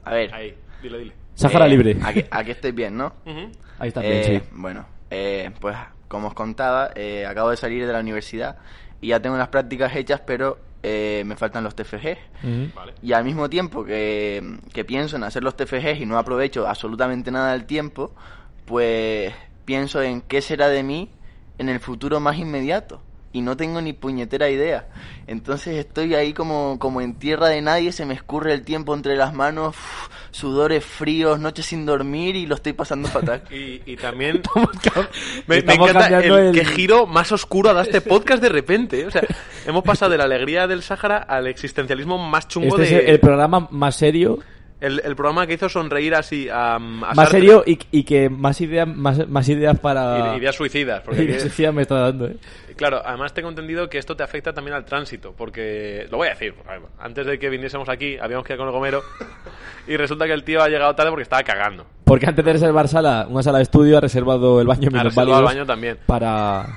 Speaker 3: A ver,
Speaker 2: Ahí, dile, dile.
Speaker 1: Sáhara
Speaker 3: eh,
Speaker 1: libre.
Speaker 3: Aquí, aquí estoy bien, ¿no?
Speaker 2: Ujú.
Speaker 1: Ahí está bien,
Speaker 3: Eh,
Speaker 1: sí.
Speaker 3: Bueno, eh, pues como os contaba, eh, acabo de salir de la universidad y ya tengo las prácticas hechas, pero eh, me faltan los TFG.
Speaker 1: Ujú.
Speaker 2: Vale.
Speaker 3: Y al mismo tiempo que, que pienso en hacer los TFGs y no aprovecho absolutamente nada del tiempo, pues pienso en qué será de mí en el futuro más inmediato. Y no tengo ni puñetera idea. Entonces estoy ahí como, como en tierra de nadie, se me escurre el tiempo entre las manos, uf, sudores fríos, noches sin dormir y lo estoy pasando fatal.
Speaker 2: Y, y también me, me
Speaker 1: Estamos
Speaker 2: encanta el,
Speaker 1: cambiando el-
Speaker 2: qué giro más oscuro ha dado este podcast de repente. O sea, hemos pasado de la alegría del Sáhara al existencialismo más chungo
Speaker 1: Este es
Speaker 2: de
Speaker 1: el, el programa más serio,
Speaker 2: el- el programa que hizo sonreír así a, a
Speaker 1: más
Speaker 2: Sartre.
Speaker 1: serio y, y que más ideas, más, más ideas para
Speaker 2: Ide- Ideas suicidas. Porque
Speaker 1: ideas suicidas me está dando, ¿eh?
Speaker 2: Claro, además tengo entendido que esto te afecta también al tránsito, porque lo voy a decir, porque antes de que viniésemos aquí habíamos quedado con el gomero y resulta que el tío ha llegado tarde porque estaba cagando.
Speaker 1: Porque antes de reservar sala, una sala de estudio ha reservado el baño en
Speaker 2: Ha
Speaker 1: Minusválidos
Speaker 2: reservado el baño también.
Speaker 1: para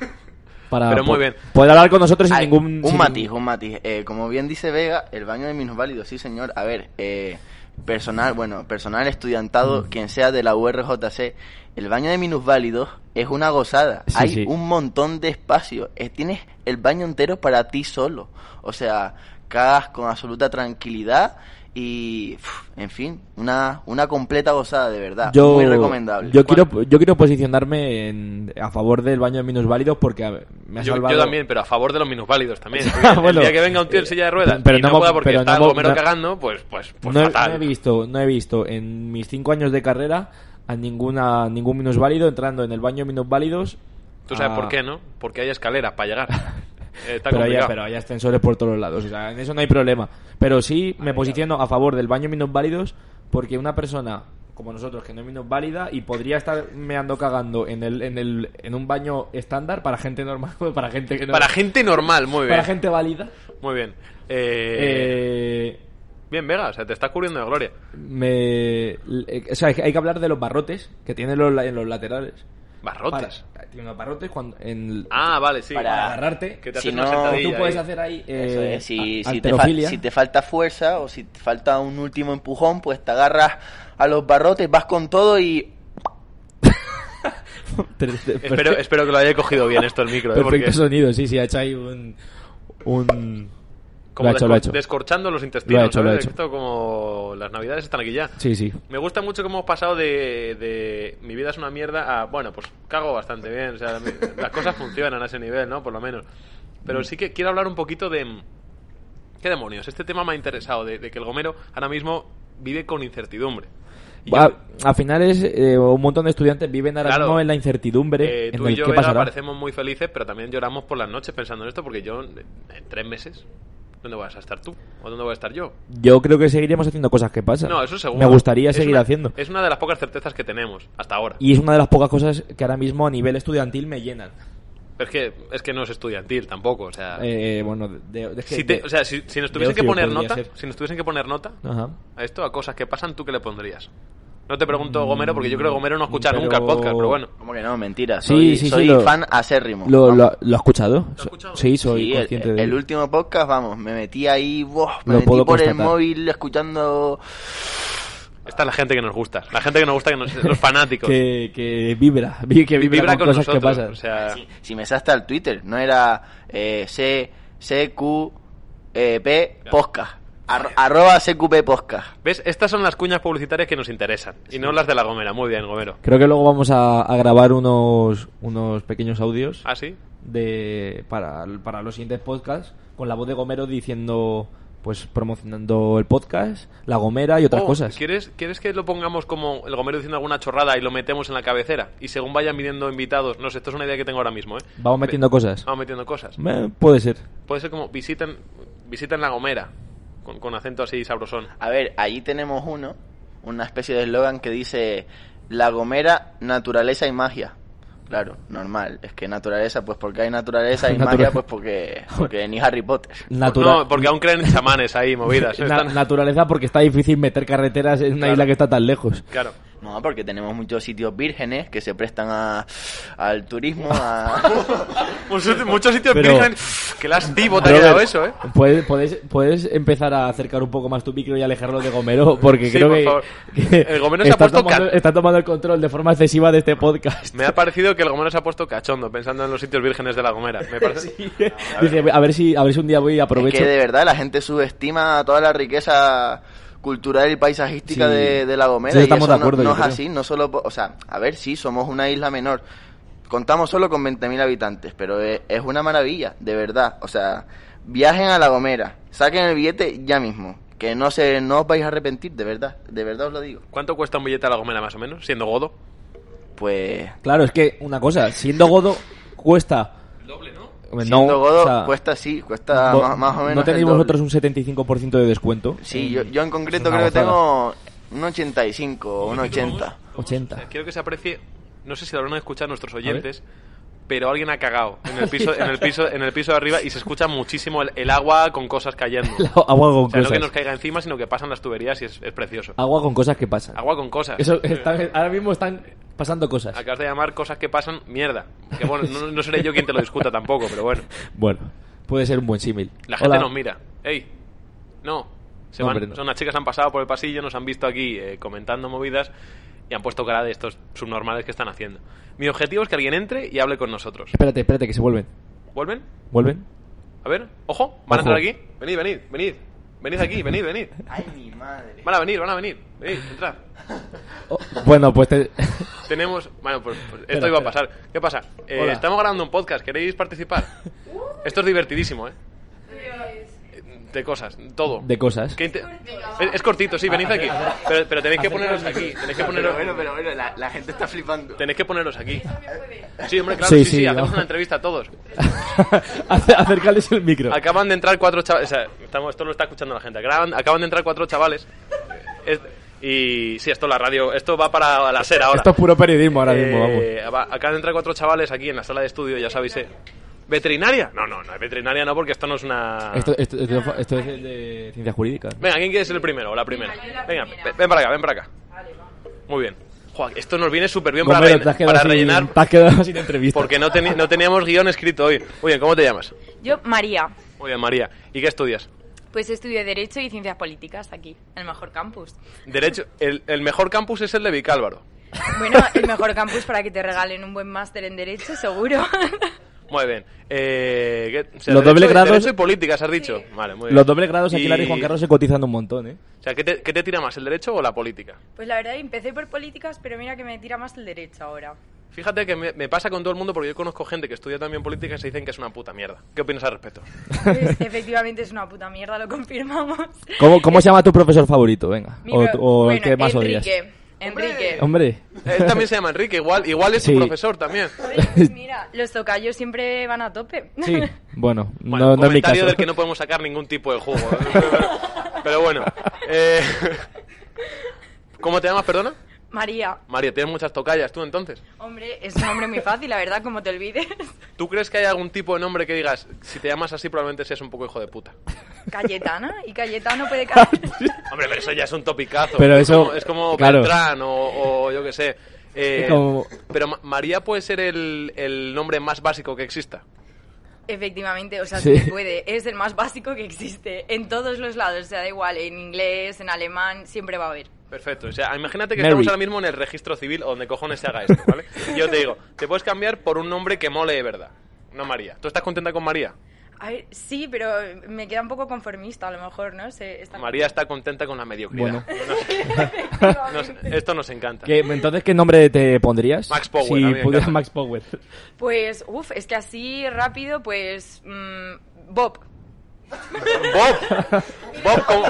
Speaker 1: para
Speaker 2: Pero muy
Speaker 1: po-
Speaker 2: bien.
Speaker 1: poder hablar con nosotros sin
Speaker 3: Ay,
Speaker 1: ningún
Speaker 3: un
Speaker 1: sin-
Speaker 3: matiz, un matiz. Eh, como bien dice Vega, el baño de minusválidos, sí señor. A ver, eh, personal, bueno, personal estudiantado,
Speaker 1: Mm.
Speaker 3: quien sea de la URJC, el baño de minusválidos es una gozada.
Speaker 1: Sí,
Speaker 3: Hay
Speaker 1: sí.
Speaker 3: un montón de espacio. Eh, tienes el baño entero para ti solo. O sea, cagas con absoluta tranquilidad y, pf, en fin, una, una completa gozada de verdad.
Speaker 1: Yo,
Speaker 3: Muy recomendable.
Speaker 1: Yo quiero, yo quiero posicionarme en- a favor del baño de minusválidos porque a ver, me ha
Speaker 2: Yo,
Speaker 1: salvado.
Speaker 2: yo también, pero a favor de los minusválidos también.
Speaker 1: Ah, bueno.
Speaker 2: el día que venga un tío en silla de ruedas
Speaker 1: Pero
Speaker 2: y
Speaker 1: no
Speaker 2: no,
Speaker 1: mo-
Speaker 2: pueda porque
Speaker 1: pero
Speaker 2: está
Speaker 1: no
Speaker 2: el
Speaker 1: mo-
Speaker 2: gomero
Speaker 1: no-
Speaker 2: cagando, pues, pues, pues
Speaker 1: no, he-
Speaker 2: fatal.
Speaker 1: no he visto, no he visto en mis cinco años de carrera a ninguna ningún minusválido entrando en el baño de minusválidos.
Speaker 2: Tú sabes
Speaker 1: a-
Speaker 2: por qué, ¿no? Porque hay escaleras para llegar. Eh, está
Speaker 1: pero hay,
Speaker 2: complicado.
Speaker 1: pero hay ascensores por todos lados, o sea, en eso no hay problema. Pero sí me posiciono a favor del baño minusválidos porque una persona como nosotros que no es minusválida y podría estar meando cagando en el en el en un baño estándar para gente normal, pues para gente que no
Speaker 2: Para gente normal, muy bien.
Speaker 1: para gente válida.
Speaker 2: Muy bien. Eh,
Speaker 1: Eh,
Speaker 2: Bien, Vega, o sea, te está cubriendo de gloria.
Speaker 1: me, eh, o sea, hay que hay que hablar de los barrotes que tienen los, la- en los laterales.
Speaker 2: Barrotes.
Speaker 1: Para- tiene unos barrotes cuando, en,
Speaker 2: Ah, vale, sí.
Speaker 3: Para-
Speaker 1: para agarrarte.
Speaker 2: Que te
Speaker 3: Si
Speaker 2: haces una
Speaker 3: no,
Speaker 2: sentadilla
Speaker 1: tú puedes
Speaker 2: ahí.
Speaker 1: hacer ahí
Speaker 3: Eso
Speaker 1: eh,
Speaker 3: es, si,
Speaker 1: a-
Speaker 3: si te fal-
Speaker 1: halterofilia.
Speaker 3: si te falta fuerza o si te falta un último empujón, pues te agarras a los barrotes, vas con todo y...
Speaker 1: Te- te-
Speaker 2: Espero, espero que lo haya cogido bien esto el micro, ¿eh?
Speaker 1: perfecto
Speaker 2: porque
Speaker 1: sonido, sí, sí, ha hecho ahí un... un...
Speaker 2: como
Speaker 1: Lo ha hecho, lo ha
Speaker 2: descor-
Speaker 1: hecho.
Speaker 2: descorchando los
Speaker 1: Lo ha
Speaker 2: intestinos,
Speaker 1: hecho, lo ha
Speaker 2: ¿sabes?
Speaker 1: hecho.
Speaker 2: Esto como las navidades están aquí ya.
Speaker 1: Sí, sí.
Speaker 2: Me gusta mucho cómo hemos pasado de, de mi vida es una mierda a, bueno, pues cago bastante bien, o sea, mi- las cosas funcionan a ese nivel, ¿no? Por lo menos. Pero sí que quiero hablar un poquito de... ¿Qué demonios? Este tema me ha interesado, de, de que el gomero ahora mismo vive con incertidumbre. Y yo-
Speaker 1: A, a finales, eh, un montón de estudiantes viven ahora
Speaker 2: Claro.
Speaker 1: mismo en la incertidumbre.
Speaker 2: Eh,
Speaker 1: en
Speaker 2: tú
Speaker 1: el
Speaker 2: y yo
Speaker 1: qué
Speaker 2: Vega,
Speaker 1: pasará.
Speaker 2: parecemos muy felices, pero también lloramos por las noches pensando en esto, porque yo, en en tres meses, ¿dónde vas a estar tú? ¿O dónde voy a estar yo?
Speaker 1: Yo creo que seguiremos haciendo cosas que pasan.
Speaker 2: No, eso seguro.
Speaker 1: Me gustaría
Speaker 2: Es
Speaker 1: seguir
Speaker 2: una-
Speaker 1: haciendo.
Speaker 2: Es una de las pocas certezas que tenemos hasta ahora.
Speaker 1: Y es una de las pocas cosas que ahora mismo a nivel estudiantil me llenan.
Speaker 2: Pero es que, es que no es estudiantil tampoco, o sea...
Speaker 1: Eh, bueno, de- de- es que-
Speaker 2: si te-
Speaker 1: de-
Speaker 2: o sea, si, si nos
Speaker 1: de
Speaker 2: tuviesen que
Speaker 1: ocio
Speaker 2: poner
Speaker 1: podría
Speaker 2: nota,
Speaker 1: ser.
Speaker 2: si nos tuviesen que poner nota
Speaker 1: Ajá.
Speaker 2: a esto, a cosas que pasan, ¿tú qué le pondrías? No te pregunto, Gomero, porque yo creo que Gomero no escucha
Speaker 1: Mm, Pero-
Speaker 2: nunca el podcast, pero bueno.
Speaker 3: ¿Cómo que no? Mentira,
Speaker 1: Sí,
Speaker 3: soy,
Speaker 1: sí, sí,
Speaker 3: soy
Speaker 1: lo-
Speaker 3: fan acérrimo.
Speaker 1: ¿Lo,
Speaker 3: Vamos.
Speaker 1: lo, lo has escuchado?
Speaker 2: has escuchado?
Speaker 1: Sí, soy
Speaker 3: Sí, el,
Speaker 1: consciente de
Speaker 3: el
Speaker 1: ello.
Speaker 3: último podcast, vamos, me metí ahí, buah, me
Speaker 1: Lo
Speaker 3: metí
Speaker 1: puedo
Speaker 3: por el
Speaker 1: constatar.
Speaker 3: móvil escuchando...
Speaker 2: Esta es la gente que nos gusta, la gente que nos gusta, que nos- los fanáticos.
Speaker 1: que, que vibra, vi- que vibra, con, cosas que pasan.
Speaker 2: o sea...
Speaker 3: Si me sé hasta el Twitter, no era eh, C, CQ, eh, P, podcast. Ar- arroba CQP podcast.
Speaker 2: ¿Ves? Estas son las cuñas publicitarias que nos interesan. Y no las de la Gomera. Muy bien, Gomero.
Speaker 1: Creo que luego vamos a, a grabar unos, unos pequeños audios
Speaker 2: ¿Ah, sí?
Speaker 1: de, para, para los siguientes podcasts con la voz de Gomero diciendo, pues promocionando el podcast, la Gomera y otras
Speaker 2: Oh,
Speaker 1: cosas.
Speaker 2: ¿quieres, ¿Quieres que lo pongamos como el Gomero diciendo alguna chorrada y lo metemos en la cabecera? Y según vayan viniendo invitados... No sé, esto es una idea que tengo ahora mismo, ¿eh?
Speaker 1: Vamos metiendo cosas.
Speaker 2: Vamos metiendo cosas.
Speaker 1: Eh, puede ser.
Speaker 2: Puede ser como visiten, visiten la Gomera. Con, con acento así sabrosón.
Speaker 3: A ver, allí tenemos uno, una especie de eslogan que dice La Gomera, naturaleza y magia. Claro, normal. Es que naturaleza, pues porque hay naturaleza y
Speaker 1: Natural-
Speaker 3: magia, pues porque, porque ni Harry Potter.
Speaker 1: Natura-
Speaker 2: No, porque aún creen en chamanes ahí, movidas.
Speaker 1: na-
Speaker 2: Están-
Speaker 1: Naturaleza porque está difícil meter carreteras en una
Speaker 2: Claro.
Speaker 1: isla que está tan lejos.
Speaker 2: Claro.
Speaker 3: No, porque tenemos muchos sitios vírgenes que se prestan a, al turismo, a...
Speaker 2: Muchos, muchos sitios
Speaker 1: Pero-
Speaker 2: piensan que lastivo te ha
Speaker 1: Robert,
Speaker 2: quedado eso, ¿eh?
Speaker 1: ¿puedes, puedes, puedes empezar a acercar un poco más tu micro y alejarlo de Gomero, porque
Speaker 2: Sí,
Speaker 1: creo
Speaker 2: por
Speaker 1: que,
Speaker 2: favor.
Speaker 1: que
Speaker 2: El Gomero se ha
Speaker 1: está,
Speaker 2: puesto
Speaker 1: tomando,
Speaker 2: ca-
Speaker 1: está tomando el control de forma excesiva de este podcast.
Speaker 2: Me ha parecido que el gomero se ha puesto cachondo pensando en los sitios vírgenes de la gomera. Me parece...
Speaker 1: Dice, a ver si a ver si un día voy y aprovecho.
Speaker 3: Es que de verdad la gente subestima toda la riqueza cultural y paisajística
Speaker 1: Sí.
Speaker 3: de, de La Gomera.
Speaker 1: Sí,
Speaker 3: y
Speaker 1: estamos
Speaker 3: eso
Speaker 1: de
Speaker 3: no-
Speaker 1: acuerdo,
Speaker 3: no,
Speaker 1: yo
Speaker 3: es
Speaker 1: creo.
Speaker 3: así, no solo... po- O sea, a ver, sí, somos una isla menor. Contamos solo con 20.000 habitantes, pero e- es, una maravilla, de verdad. O sea, viajen a La Gomera, saquen el billete ya mismo. Que no, se, no os vais a arrepentir, de verdad, de verdad os lo digo.
Speaker 2: ¿Cuánto cuesta un billete a la gomera más o menos? Siendo godo.
Speaker 3: Pues...
Speaker 1: Claro, es que una cosa, siendo godo cuesta
Speaker 2: El doble, ¿no?
Speaker 1: Hombre,
Speaker 3: siendo
Speaker 1: no,
Speaker 3: Godo
Speaker 1: o sea,
Speaker 3: cuesta, sí, cuesta
Speaker 1: vo-
Speaker 3: más, más o menos
Speaker 1: ¿No tenéis
Speaker 3: el doble.
Speaker 1: vosotros un 75% de descuento?
Speaker 3: Sí, yo, yo en concreto
Speaker 1: Es una
Speaker 3: creo que
Speaker 1: gozada.
Speaker 3: tengo un 85 o un 80.
Speaker 1: 80.
Speaker 2: Quiero que se aprecie, no sé si lo habrán escuchado nuestros oyentes, pero alguien ha cagado en el piso, en el piso, en el piso de arriba y se escucha muchísimo el, el agua con cosas cayendo.
Speaker 1: La- agua con
Speaker 2: O sea, no que
Speaker 1: cosas.
Speaker 2: nos caiga encima, sino que pasan las tuberías y es, es precioso.
Speaker 1: Agua con cosas que pasan.
Speaker 2: Agua con cosas.
Speaker 1: Eso eh. están- ahora mismo están pasando cosas.
Speaker 2: Acabas de llamar cosas que pasan mierda. Que bueno, no, no seré yo quien te lo discuta tampoco, pero bueno.
Speaker 1: Bueno, puede ser un buen símil.
Speaker 2: La gente
Speaker 1: Hola.
Speaker 2: nos mira. ¡Ey! No. Se
Speaker 1: No,
Speaker 2: van.
Speaker 1: hombre, no.
Speaker 2: Son las chicas han pasado por el pasillo, nos han visto aquí eh, comentando movidas y han puesto cara de estos subnormales que están haciendo. Mi objetivo es que alguien entre y hable con nosotros.
Speaker 1: Espérate, espérate, que se vuelven.
Speaker 2: ¿Vuelven?
Speaker 1: ¿Vuelven?
Speaker 2: A ver, ojo, van
Speaker 1: Ojo.
Speaker 2: a entrar aquí. Venid, venid, venid. Venid aquí, venid, venid.
Speaker 3: Ay, mi madre.
Speaker 2: Van a venir, van a venir. Venid, entrad.
Speaker 1: Oh, bueno, pues te...
Speaker 2: Tenemos. Bueno, pues, pues esto
Speaker 1: Espera,
Speaker 2: iba a
Speaker 1: espera.
Speaker 2: pasar. ¿Qué pasa? Eh,
Speaker 1: Hola.
Speaker 2: estamos grabando un podcast, ¿queréis participar? esto es divertidísimo, ¿eh? De cosas, todo.
Speaker 1: de cosas.
Speaker 2: ¿Qué inte- es, es cortito, sí, venid aquí. Pero, pero tenéis que poneros aquí. Tenéis que poneros,
Speaker 3: bueno, la, la gente está flipando.
Speaker 2: tenéis que poneros aquí. Sí, hombre, claro,
Speaker 1: Sí,
Speaker 2: sí, sí,
Speaker 1: sí,
Speaker 2: hacemos
Speaker 1: vamos.
Speaker 2: una entrevista a todos.
Speaker 1: Ace- Acercarles el micro.
Speaker 2: Acaban de entrar cuatro chavales. O sea, estamos, esto lo está escuchando la gente. Acaban, acaban de entrar cuatro chavales. Es- y sí, esto la radio. Esto va para la SER ahora.
Speaker 1: Esto es puro periodismo ahora mismo, vamos.
Speaker 2: Eh, va- acaban de entrar cuatro chavales aquí en la sala de estudio, ya sabéis. eh. ¿Veterinaria? No, no, no, veterinaria no, porque esto no es una.
Speaker 1: Esto, esto- esto- esto es el de ciencias jurídicas.
Speaker 2: Venga, ¿quién quiere ser el primero o la primera?
Speaker 4: Venga, yo la
Speaker 2: Venga,
Speaker 4: primera.
Speaker 2: ve- ven para acá, ven para acá. Muy bien. Joa, esto nos viene súper bien para,
Speaker 1: Gomero,
Speaker 2: rellen-
Speaker 1: te has quedado
Speaker 2: para
Speaker 1: sin-
Speaker 2: rellenar
Speaker 1: Te has quedado sin entrevista.
Speaker 2: porque no, teni- no teníamos guión escrito hoy. Muy bien, ¿cómo te llamas?
Speaker 4: Yo, María,
Speaker 2: Muy bien, María. ¿Y qué estudias?
Speaker 4: pues estudio Derecho y Ciencias Políticas aquí, en el mejor campus.
Speaker 2: Derecho. El, el mejor campus es el de Vicálvaro.
Speaker 4: Bueno, el mejor campus para que te regalen un buen máster en Derecho, seguro.
Speaker 2: Muy bien. Eh, ¿qué- o sea,
Speaker 1: Los
Speaker 2: derecho-
Speaker 1: dobles grados-
Speaker 2: Derecho y políticas, has dicho. Vale, muy bien.
Speaker 1: Los dobles grados aquí,
Speaker 2: eh, Y-
Speaker 1: Lara y Juan Carlos, se cotizan un montón, ¿eh?
Speaker 2: O sea, ¿qué te, qué te tira más, el derecho o la política?
Speaker 4: Pues la verdad, empecé por políticas, pero mira que me tira más el Derecho ahora.
Speaker 2: Fíjate que me, me pasa con todo el mundo porque yo conozco gente que estudia también política y se dicen que es una puta mierda. ¿Qué opinas al respecto?
Speaker 4: Pues, efectivamente es una puta mierda, lo confirmamos.
Speaker 1: ¿Cómo, cómo se llama tu profesor favorito? Venga.
Speaker 4: Mi
Speaker 1: O,
Speaker 4: pro-
Speaker 1: o el
Speaker 4: bueno,
Speaker 1: que más odias.
Speaker 4: Enrique, Enrique.
Speaker 1: Hombre.
Speaker 2: Él también se llama Enrique, igual, igual es
Speaker 1: Sí.
Speaker 2: su profesor también.
Speaker 4: Pues mira, los tocayos siempre van a tope.
Speaker 1: Sí. Bueno,
Speaker 2: Bueno,
Speaker 1: no, no es mi
Speaker 2: comentario
Speaker 1: caso.
Speaker 2: del que no podemos sacar ningún tipo de jugo. Pero bueno. eh, ¿Cómo te llamas, perdona?
Speaker 4: María,
Speaker 2: María, tienes muchas tocallas tú entonces.
Speaker 4: hombre, es un hombre muy fácil, la verdad, como te olvides.
Speaker 2: ¿Tú crees que hay algún tipo de nombre que digas, si te llamas así probablemente seas un poco hijo de puta?
Speaker 4: Cayetana, y Cayetano puede
Speaker 1: Ah,
Speaker 4: caer.
Speaker 2: Hombre, pero eso ya es un topicazo.
Speaker 1: Pero
Speaker 2: es
Speaker 1: eso-
Speaker 2: como, es como
Speaker 1: claro.
Speaker 2: Beltrán o, o yo qué sé. Eh,
Speaker 1: Es como-
Speaker 2: Pero Ma- María puede ser el, el nombre más básico que exista.
Speaker 4: Efectivamente, o sea,
Speaker 1: Sí.
Speaker 4: sí que puede. Es el más básico que existe. En todos los lados, o sea, da igual, en inglés, en alemán, siempre va a haber.
Speaker 2: Perfecto. O sea, imagínate que
Speaker 1: Mary.
Speaker 2: estamos ahora mismo en el registro civil o donde cojones se haga esto, ¿vale? Yo te digo, te puedes cambiar por un nombre que mole de verdad. No María. ¿Tú estás contenta con María?
Speaker 4: A ver, sí, pero me queda un poco conformista, a lo mejor, ¿no? Se, está...
Speaker 2: María está contenta con la mediocridad. Nos-
Speaker 4: Efectivamente.
Speaker 2: esto nos encanta.
Speaker 1: Que- Entonces, ¿qué nombre te pondrías?
Speaker 2: Max Power, a mí
Speaker 1: Si
Speaker 2: me encanta.
Speaker 1: pudieras Max Power.
Speaker 4: Pues, uff, es que así rápido, pues. mm, Bob.
Speaker 2: Bob. Bob, ¿cómo?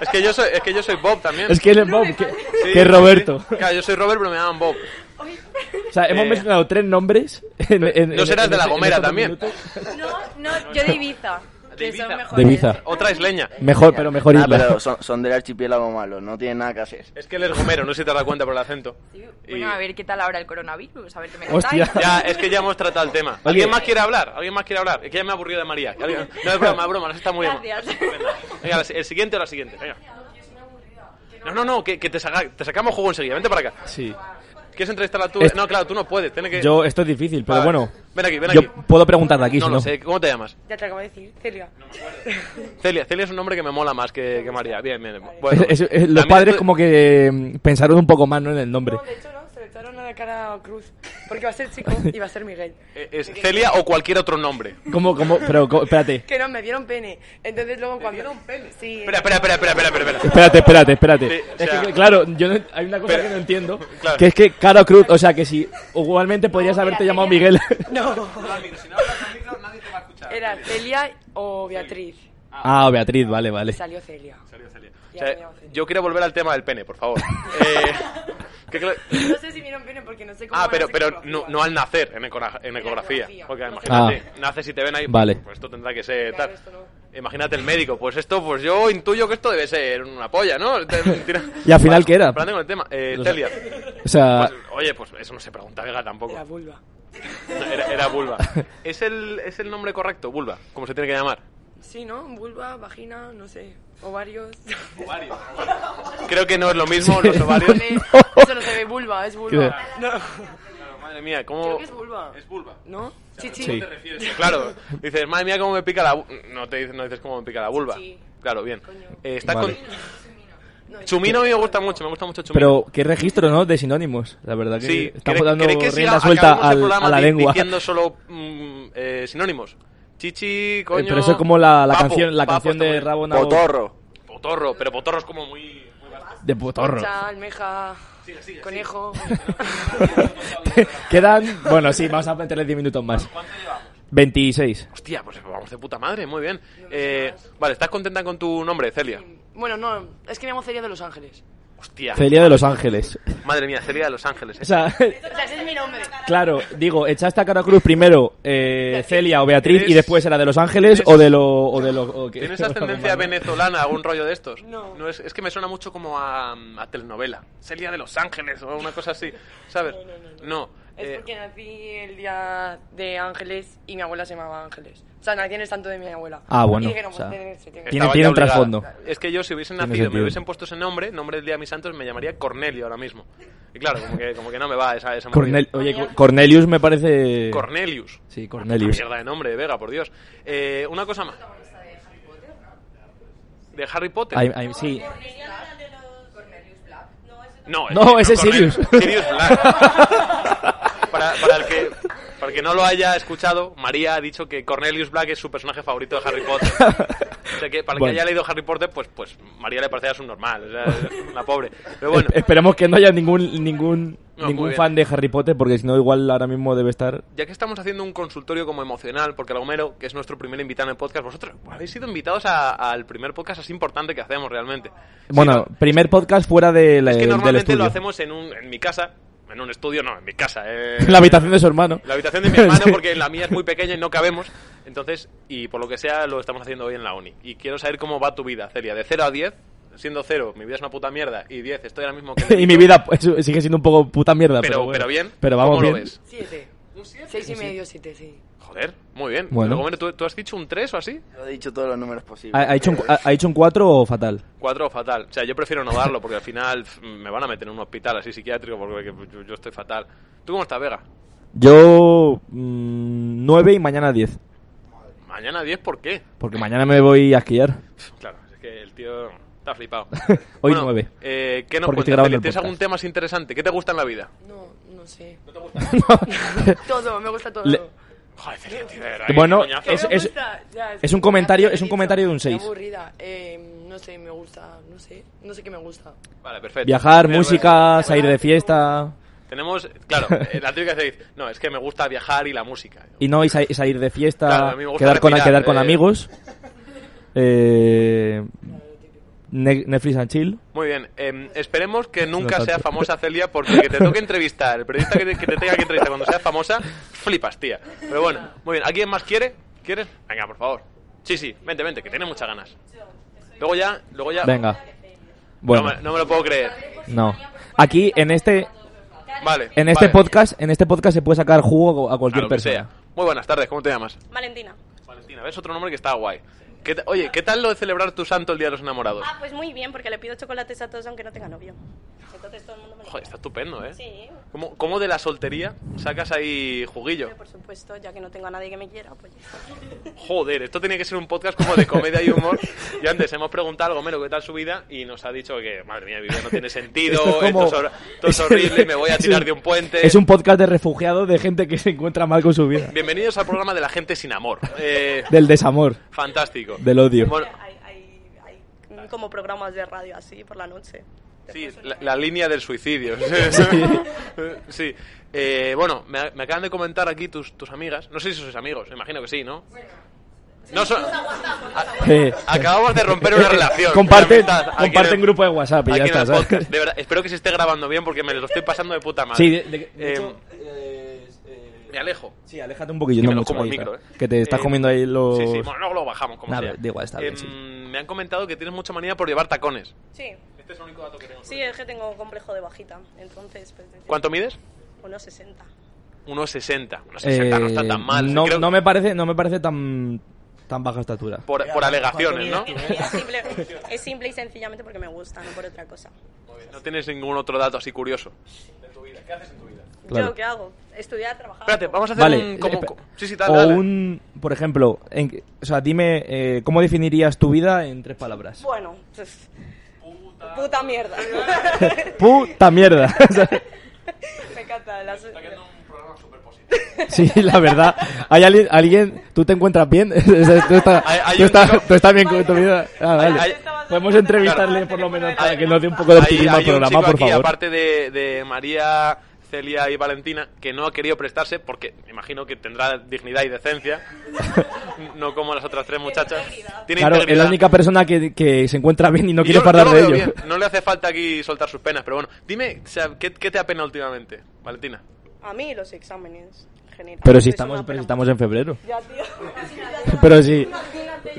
Speaker 2: Es que yo soy, es que yo soy Bob también.
Speaker 1: Es que él es Bob, que,
Speaker 2: Sí,
Speaker 1: que es
Speaker 2: sí,
Speaker 1: Roberto.
Speaker 2: sí. Claro, yo soy Robert, pero me llaman Bob.
Speaker 1: O sea, hemos
Speaker 2: Eh,
Speaker 1: mencionado tres nombres. en- en-
Speaker 2: ¿no
Speaker 1: en-
Speaker 2: serás
Speaker 1: en
Speaker 2: de La
Speaker 1: este- en
Speaker 2: Gomera
Speaker 1: estos
Speaker 2: también?
Speaker 1: minutos.
Speaker 4: No, no, yo de Ibiza. que son
Speaker 2: Ibiza.
Speaker 4: mejores.
Speaker 1: De Ibiza.
Speaker 2: Otra isleña.
Speaker 1: Mejor, pero mejor
Speaker 3: Ah,
Speaker 1: isla.
Speaker 3: pero son, son del archipiélago malo, no tienen nada que hacer.
Speaker 2: Es que él es gomero, no sé si te das cuenta por el acento. Y-
Speaker 4: Bueno, a ver qué tal ahora el coronavirus, a ver qué me
Speaker 1: Hostia.
Speaker 4: contáis.
Speaker 2: Ya, es que ya hemos tratado el tema.
Speaker 1: Oye.
Speaker 2: ¿Alguien más quiere hablar? ¿Alguien más quiere hablar? Es que ya me he aburrido de María. ¿Alguien- No es broma, es broma, no está muy bien.
Speaker 4: Gracias.
Speaker 2: Venga, el siguiente o la siguiente. Venga. No, no, no, que, que te, saca- te sacamos juego enseguida. Vente para acá.
Speaker 1: Sí.
Speaker 2: ¿Quieres entrevistarla tú?
Speaker 1: Es-
Speaker 2: No, claro, tú no puedes. Tienes que...
Speaker 1: Yo, esto es difícil, pero
Speaker 2: Vale.
Speaker 1: bueno.
Speaker 2: Ven aquí, ven
Speaker 1: Yo
Speaker 2: aquí.
Speaker 1: puedo preguntar de aquí,
Speaker 2: No
Speaker 1: si
Speaker 2: lo
Speaker 1: no.
Speaker 2: sé. ¿Cómo te llamas?
Speaker 5: Ya te acabo de decir, Celia.
Speaker 2: Celia. Celia es un nombre que me mola más que, que María. Bien, bien. Bueno,
Speaker 1: Es- es- es- los
Speaker 2: también
Speaker 1: padres
Speaker 2: tú-
Speaker 1: como que eh, pensaron un poco más ¿no? en el nombre.
Speaker 5: No, de hecho no, se le echaron a la cara a Cruz. Porque va a ser chico y va a ser Miguel.
Speaker 2: eh, Es Celia o cualquier otro nombre.
Speaker 1: ¿Cómo, cómo? Pero, co- espérate.
Speaker 5: Que no, me dieron pene. Entonces luego cuando... ¿Me dieron pene? Sí.
Speaker 2: Espera, espera, espera, espera, espera, espera. espera.
Speaker 1: Espérate, espérate, espérate.
Speaker 2: Sí, o
Speaker 1: es
Speaker 2: sea-
Speaker 1: que, claro, yo no- hay una cosa
Speaker 2: Pero-
Speaker 1: que no entiendo.
Speaker 2: Claro.
Speaker 1: Que es que Caro Cruz, o sea, que si igualmente podrías haberte llamado Miguel.
Speaker 5: No,
Speaker 2: Si no hablas al micro, nadie te va a escuchar.
Speaker 5: era Celia o Beatriz.
Speaker 1: Ah, Beatriz, vale, vale.
Speaker 5: Salió Celia.
Speaker 2: O sea, yo quiero volver al tema del pene, por favor. Eh, que creo-
Speaker 5: No sé si vieron pene porque no sé cómo
Speaker 2: Ah,
Speaker 5: van
Speaker 2: pero,
Speaker 5: las
Speaker 2: pero
Speaker 5: ecografías.
Speaker 2: no, no al nacer, en, ecora- en ecografía.
Speaker 5: ecografía.
Speaker 2: Porque
Speaker 5: Ah.
Speaker 2: imagínate, naces y te ven ahí,
Speaker 1: Vale.
Speaker 2: pues esto tendrá que ser
Speaker 5: Claro,
Speaker 2: tal.
Speaker 5: esto no.
Speaker 2: Imagínate el médico, pues esto, pues yo intuyo que esto debe ser una polla, ¿no?
Speaker 1: ¿Y al final qué era?
Speaker 2: Hablando con el tema, eh,
Speaker 1: Lo sé. Ah.
Speaker 2: Celia.
Speaker 1: O sea,
Speaker 2: Pues, oye, pues eso no se pregunta, Vega, tampoco.
Speaker 5: Era vulva.
Speaker 2: Era, era vulva. ¿Es el, ¿Es el nombre correcto? Vulva, como se tiene que llamar.
Speaker 5: Sí, ¿no? Vulva, vagina, no sé. Ovarios.
Speaker 2: Creo que no es lo mismo los ovarios.
Speaker 5: Eso no se ve vulva, es vulva. No.
Speaker 2: Claro, madre mía, ¿cómo...?
Speaker 5: Creo que es vulva.
Speaker 2: Es vulva.
Speaker 5: ¿No? Chichi.
Speaker 1: Sí.
Speaker 2: Claro, dices, madre mía, cómo me pica la... vu-". No te dices, no dices cómo me pica la vulva.
Speaker 5: Sí.
Speaker 2: Claro, bien. Eh, está
Speaker 1: Vale.
Speaker 2: con...
Speaker 5: No, es-
Speaker 2: Chumino a mí me gusta mucho, me gusta mucho Chumino.
Speaker 1: pero qué registro, ¿no? De sinónimos. La verdad que
Speaker 2: sí,
Speaker 1: estamos
Speaker 2: ¿quere-
Speaker 1: dando
Speaker 2: queréis que siga?
Speaker 1: rienda suelta
Speaker 2: Acabemos el
Speaker 1: al-
Speaker 2: programa
Speaker 1: a la
Speaker 2: di-
Speaker 1: lengua. Eh,
Speaker 2: diciendo solo mm, eh, sinónimos. Chichi,
Speaker 1: Eh,
Speaker 2: coño...
Speaker 1: Pero eso es como la, la
Speaker 2: papo,
Speaker 1: canción, la
Speaker 2: papo
Speaker 1: canción
Speaker 2: está muy
Speaker 1: de
Speaker 2: bien.
Speaker 1: Rabona
Speaker 3: Potorro.
Speaker 2: Potorro, pero potorro es como muy... muy vasto.
Speaker 1: De Potorro.
Speaker 5: Concha, almeja, conejo.
Speaker 1: Quedan, bueno, sí, vamos a meterle 10 minutos más. 26.
Speaker 2: Hostia, pues vamos de puta madre, muy bien. Eh, vale, ¿estás contenta con tu nombre, Celia?
Speaker 5: bueno, no, es que me llamo Celia de Los Ángeles.
Speaker 2: Hostia,
Speaker 1: Celia de Los Ángeles.
Speaker 2: madre mía, Celia de Los Ángeles.
Speaker 1: O sea,
Speaker 5: O sea, ese es mi nombre.
Speaker 1: claro, digo, echaste a Cara Cruz primero eh, Celia o Beatriz
Speaker 2: Eres-
Speaker 1: y después era de Los Ángeles
Speaker 2: eres-
Speaker 1: o de lo. O de lo o qué-
Speaker 2: ¿Tienes ascendencia venezolana, algún rollo de estos?
Speaker 5: No.
Speaker 2: es, es que me suena mucho como a, a telenovela. Celia de Los Ángeles o una cosa así, ¿sabes? No.
Speaker 5: Es
Speaker 2: eh,
Speaker 5: porque nací el día de Ángeles y mi abuela se llamaba Ángeles. O sea, nací en el santo de mi abuela.
Speaker 1: Ah, bueno,
Speaker 5: Y dije, no,
Speaker 1: o
Speaker 5: pues
Speaker 1: sea,
Speaker 5: tiene- se tiene que-
Speaker 1: tiene-
Speaker 2: estaba ya
Speaker 1: tiene un
Speaker 2: obligada.
Speaker 1: trasfondo.
Speaker 2: Es que yo si hubiesen
Speaker 1: Tiene
Speaker 2: nacido, me
Speaker 1: sentido.
Speaker 2: hubiesen puesto ese nombre, nombre del Día de mis santos, me llamaría Cornelio ahora mismo. Y claro, como que, como que no me va esa, esa movida.
Speaker 1: Cornel- Oye, Cor- Cornelius me parece.
Speaker 2: Cornelius.
Speaker 1: Sí,
Speaker 2: Una
Speaker 1: Cornelius.
Speaker 2: mierda de nombre, Vega, por Dios. Eh, una cosa más. ¿De Harry Potter?
Speaker 1: Ay, ay, sí.
Speaker 2: No,
Speaker 1: No, ese es
Speaker 2: Cornelius-
Speaker 1: Sirius.
Speaker 2: Sirius Black. para, para el que, para el que no lo haya escuchado, María ha dicho que Cornelius Black es su personaje favorito de Harry Potter. O sea que para el
Speaker 1: Bueno.
Speaker 2: que haya leído Harry Potter, pues, pues María le parecía subnormal, o sea, la pobre. Pero bueno,
Speaker 1: Esp- Esperemos que no haya ningún ningún
Speaker 2: No, muy
Speaker 1: ningún
Speaker 2: bien.
Speaker 1: fan de Harry Potter porque si no igual ahora mismo debe estar
Speaker 2: ya que estamos haciendo un consultorio como emocional, porque Lagomero, que es nuestro primer invitado en el podcast, vosotros habéis sido invitados a- al primer podcast así importante que hacemos realmente. Sí,
Speaker 1: Bueno, primer podcast fuera de la-
Speaker 2: es que
Speaker 1: Eh, del
Speaker 2: normalmente
Speaker 1: estudio.
Speaker 2: lo hacemos en, un, en mi casa, en un estudio, no, en mi casa. eh.
Speaker 1: En la habitación de su hermano.
Speaker 2: La habitación de mi hermano,
Speaker 1: Sí.
Speaker 2: porque la mía es muy pequeña y no cabemos. Entonces, y por lo que sea, lo estamos haciendo hoy en la uni. Y quiero saber cómo va tu vida, Celia. De 0 a 10, siendo 0, mi vida es una puta mierda. Y 10, estoy ahora mismo que.
Speaker 1: y mi vida pues, sigue siendo un poco puta mierda, pero,
Speaker 2: Pero,
Speaker 1: bueno.
Speaker 2: pero bien.
Speaker 1: Pero vamos
Speaker 2: ¿cómo
Speaker 1: bien.
Speaker 2: lo ves?
Speaker 5: Siete. Seis y medio, siete, sí.
Speaker 2: Joder, muy bien.
Speaker 1: Bueno.
Speaker 2: Bueno. ¿tú, tú has dicho un 3 o así?
Speaker 3: Yo he dicho todos los números posibles.
Speaker 1: ¿Ha, ha hecho un, ha, ha hecho un 4 o fatal?
Speaker 2: 4 fatal. O sea, yo prefiero no darlo porque al final pf, me van a meter en un hospital así psiquiátrico porque yo, yo estoy fatal. ¿Tú cómo estás, Vega?
Speaker 1: Yo 9 y mañana 10.
Speaker 2: Mañana 10, ¿por qué?
Speaker 1: Porque mañana me voy a esquiar.
Speaker 2: Claro, es que el tío está flipado.
Speaker 1: Hoy
Speaker 2: Bueno,
Speaker 1: nueve.
Speaker 2: Eh, ¿Qué nos
Speaker 1: Porque estoy
Speaker 2: cuentas,
Speaker 1: grabando
Speaker 2: Celia?
Speaker 1: el
Speaker 2: ¿Tienes algún
Speaker 1: podcast.
Speaker 2: tema más interesante? ¿Qué te gusta en la vida?
Speaker 5: No, no sé. Todo, me gusta todo.
Speaker 1: Le-
Speaker 2: Joder, Celia, tío,
Speaker 1: Que bueno,
Speaker 5: Que
Speaker 1: es-
Speaker 5: me
Speaker 1: es-
Speaker 5: gusta, ya,
Speaker 1: es un
Speaker 5: que
Speaker 1: comentario-
Speaker 5: ya te
Speaker 1: es
Speaker 5: he
Speaker 1: un
Speaker 5: dicho,
Speaker 1: comentario de un
Speaker 5: estoy
Speaker 1: seis.
Speaker 5: aburrida. Eh, no sé, me gusta, no sé. No sé qué me gusta.
Speaker 2: Vale, perfecto.
Speaker 1: Viajar,
Speaker 2: Mira,
Speaker 1: música, salir de fiesta.
Speaker 2: bueno, Tenemos, claro, eh, la típica que dice, no, es que me gusta viajar y la música.
Speaker 1: Y no y sa- y salir de fiesta,
Speaker 2: Claro, a mí me gusta
Speaker 1: quedar, con,
Speaker 2: respirar,
Speaker 1: quedar con
Speaker 2: eh.
Speaker 1: amigos. Eh, Ne- Netflix and chill.
Speaker 2: Muy bien, eh, esperemos que nunca
Speaker 1: No tanto.
Speaker 2: sea famosa Celia, porque el que te toque entrevistar, el periodista que te, que te tenga que entrevistar cuando seas famosa, flipas, tía. Pero bueno, muy bien, ¿alguien más quiere? ¿Quieres? Venga, por favor. Sí, sí, vente, vente, que tiene muchas ganas. Luego ya, luego ya.
Speaker 1: Venga.
Speaker 2: No,
Speaker 1: Bueno,
Speaker 2: me, no me lo puedo creer.
Speaker 1: no. Aquí, en este,
Speaker 2: Vale.
Speaker 1: en este
Speaker 2: vale.
Speaker 1: podcast, en este podcast se puede sacar jugo a
Speaker 2: A lo
Speaker 1: cualquier
Speaker 2: que
Speaker 1: persona.
Speaker 2: sea. Muy buenas tardes, ¿cómo te llamas?
Speaker 6: Valentina.
Speaker 2: Valentina, ves otro nombre que está guay. ¿Qué ta- oye, ¿qué tal lo de celebrar tu santo el Día de los Enamorados?
Speaker 6: Ah, pues muy bien, porque le pido chocolates a todos aunque no tenga novio. Entonces todo el mundo me lo
Speaker 2: Joder, está
Speaker 6: trae.
Speaker 2: estupendo, ¿eh?
Speaker 6: Sí,
Speaker 2: ¿Cómo, cómo de la soltería sacas ahí juguillo?
Speaker 6: pero por supuesto, ya que no tengo a nadie que me quiera, pues... ya está.
Speaker 2: Joder, esto tenía que ser un podcast como de comedia y humor. Y antes hemos preguntado algo menos qué tal su vida y nos ha dicho que, madre mía, mi vida no tiene sentido,
Speaker 1: Esto
Speaker 2: esto
Speaker 1: es
Speaker 2: es,
Speaker 1: como-
Speaker 2: hor- esto es horrible, me voy a
Speaker 1: Es
Speaker 2: tirar
Speaker 1: un-
Speaker 2: de un puente.
Speaker 1: Es un podcast de refugiados de gente que se encuentra mal con su vida.
Speaker 2: Bienvenidos al programa de la gente sin amor. Eh,
Speaker 1: Del desamor,
Speaker 2: fantástico.
Speaker 1: del odio.
Speaker 2: Bueno,
Speaker 6: Hay, hay- hay como programas de radio así por la noche.
Speaker 2: Sí, la, la línea del suicidio. sí. Eh, bueno, me, me acaban de comentar aquí tus, tus amigas. No sé si sois amigos, imagino que sí, ¿no? No so- A-
Speaker 1: Eh,
Speaker 2: Acabamos de romper una relación.
Speaker 1: Comparten,
Speaker 2: una amistad, aquí en
Speaker 1: comparten
Speaker 2: el-
Speaker 1: grupo de WhatsApp y
Speaker 2: aquí
Speaker 1: ya
Speaker 2: en el
Speaker 1: está, ¿sabes?
Speaker 2: podcast. De verdad, espero que se esté grabando bien porque me lo estoy pasando de puta madre.
Speaker 1: Sí, de- de- de
Speaker 2: Eh,
Speaker 1: hecho, eh, eh,
Speaker 2: me alejo.
Speaker 1: Sí, aléjate un poquillo.
Speaker 2: Que
Speaker 1: no
Speaker 2: me lo
Speaker 1: mucho
Speaker 2: como el
Speaker 1: ahí,
Speaker 2: micro,
Speaker 1: claro.
Speaker 2: ¿eh?
Speaker 1: Que te estás
Speaker 2: Eh,
Speaker 1: comiendo ahí los...
Speaker 2: Sí, sí, bueno, luego lo bajamos, como
Speaker 1: Nada,
Speaker 2: sea. Em,
Speaker 1: da igual, está bien, sí.
Speaker 2: Me han comentado que tienes mucha manía por llevar tacones.
Speaker 6: Sí,
Speaker 2: Este es el único dato que tengo.
Speaker 6: sí, es que tengo un complejo de bajita, entonces pues... desde
Speaker 2: ¿Cuánto mides?
Speaker 6: Unos 60.
Speaker 2: 1,60. 1,60
Speaker 1: Eh,
Speaker 2: no está tan mal.
Speaker 1: No,
Speaker 2: Creo-
Speaker 1: no me parece, no me parece tan, tan baja estatura.
Speaker 2: por, por alegaciones, ¿no?
Speaker 6: Es simple, es simple y sencillamente porque me gusta, no por otra cosa.
Speaker 2: No tienes ningún otro dato así curioso.
Speaker 1: Claro.
Speaker 6: ¿Yo qué hago? Estudiar, trabajar...
Speaker 2: Espérate, vamos a hacer
Speaker 1: Vale.
Speaker 2: un... Como,
Speaker 1: espe-
Speaker 2: co- sí, sí, dale,
Speaker 1: o
Speaker 2: dale.
Speaker 1: un, por ejemplo, en que- o sea, dime, eh, ¿cómo definirías tu vida en tres palabras?
Speaker 6: Bueno, pues... Puta, mierda.
Speaker 1: Puta mierda. O sea,
Speaker 6: me encanta. las-
Speaker 1: sí, la verdad. Hay alguien, alguien, ¿tú te encuentras bien? O sea, ¿Tú estás,
Speaker 2: Hay- hay
Speaker 1: tú
Speaker 2: un
Speaker 1: estás-
Speaker 2: chico-
Speaker 1: tú estás bien con tu vida? Ah,
Speaker 2: Hay-
Speaker 1: vale.
Speaker 2: hay-
Speaker 1: Podemos entrevistarle por lo menos para que nos dé un poco de
Speaker 2: Hay,
Speaker 1: optimismo
Speaker 2: hay
Speaker 1: al
Speaker 2: un
Speaker 1: programa,
Speaker 2: chico
Speaker 1: por
Speaker 2: aquí,
Speaker 1: favor.
Speaker 2: aparte de, de María, Celia y Valentina, que no ha querido prestarse porque me imagino que tendrá dignidad y decencia. no como las otras tres muchachas. Tiene
Speaker 1: Claro, es la
Speaker 2: integridad.
Speaker 1: única persona que, que se encuentra bien y no
Speaker 2: Y
Speaker 1: quiere
Speaker 2: yo-
Speaker 1: parar
Speaker 2: yo lo
Speaker 1: de
Speaker 2: veo
Speaker 1: ello.
Speaker 2: bien. No le hace falta aquí soltar sus penas, pero bueno. Dime, o sea, ¿qué, qué te apena últimamente, Valentina?
Speaker 6: A mí los exámenes, en general.
Speaker 1: Pero si
Speaker 6: Es
Speaker 1: estamos,
Speaker 6: una
Speaker 1: pero si
Speaker 6: pena.
Speaker 1: estamos en febrero.
Speaker 6: Ya, tío.
Speaker 1: Pero sí,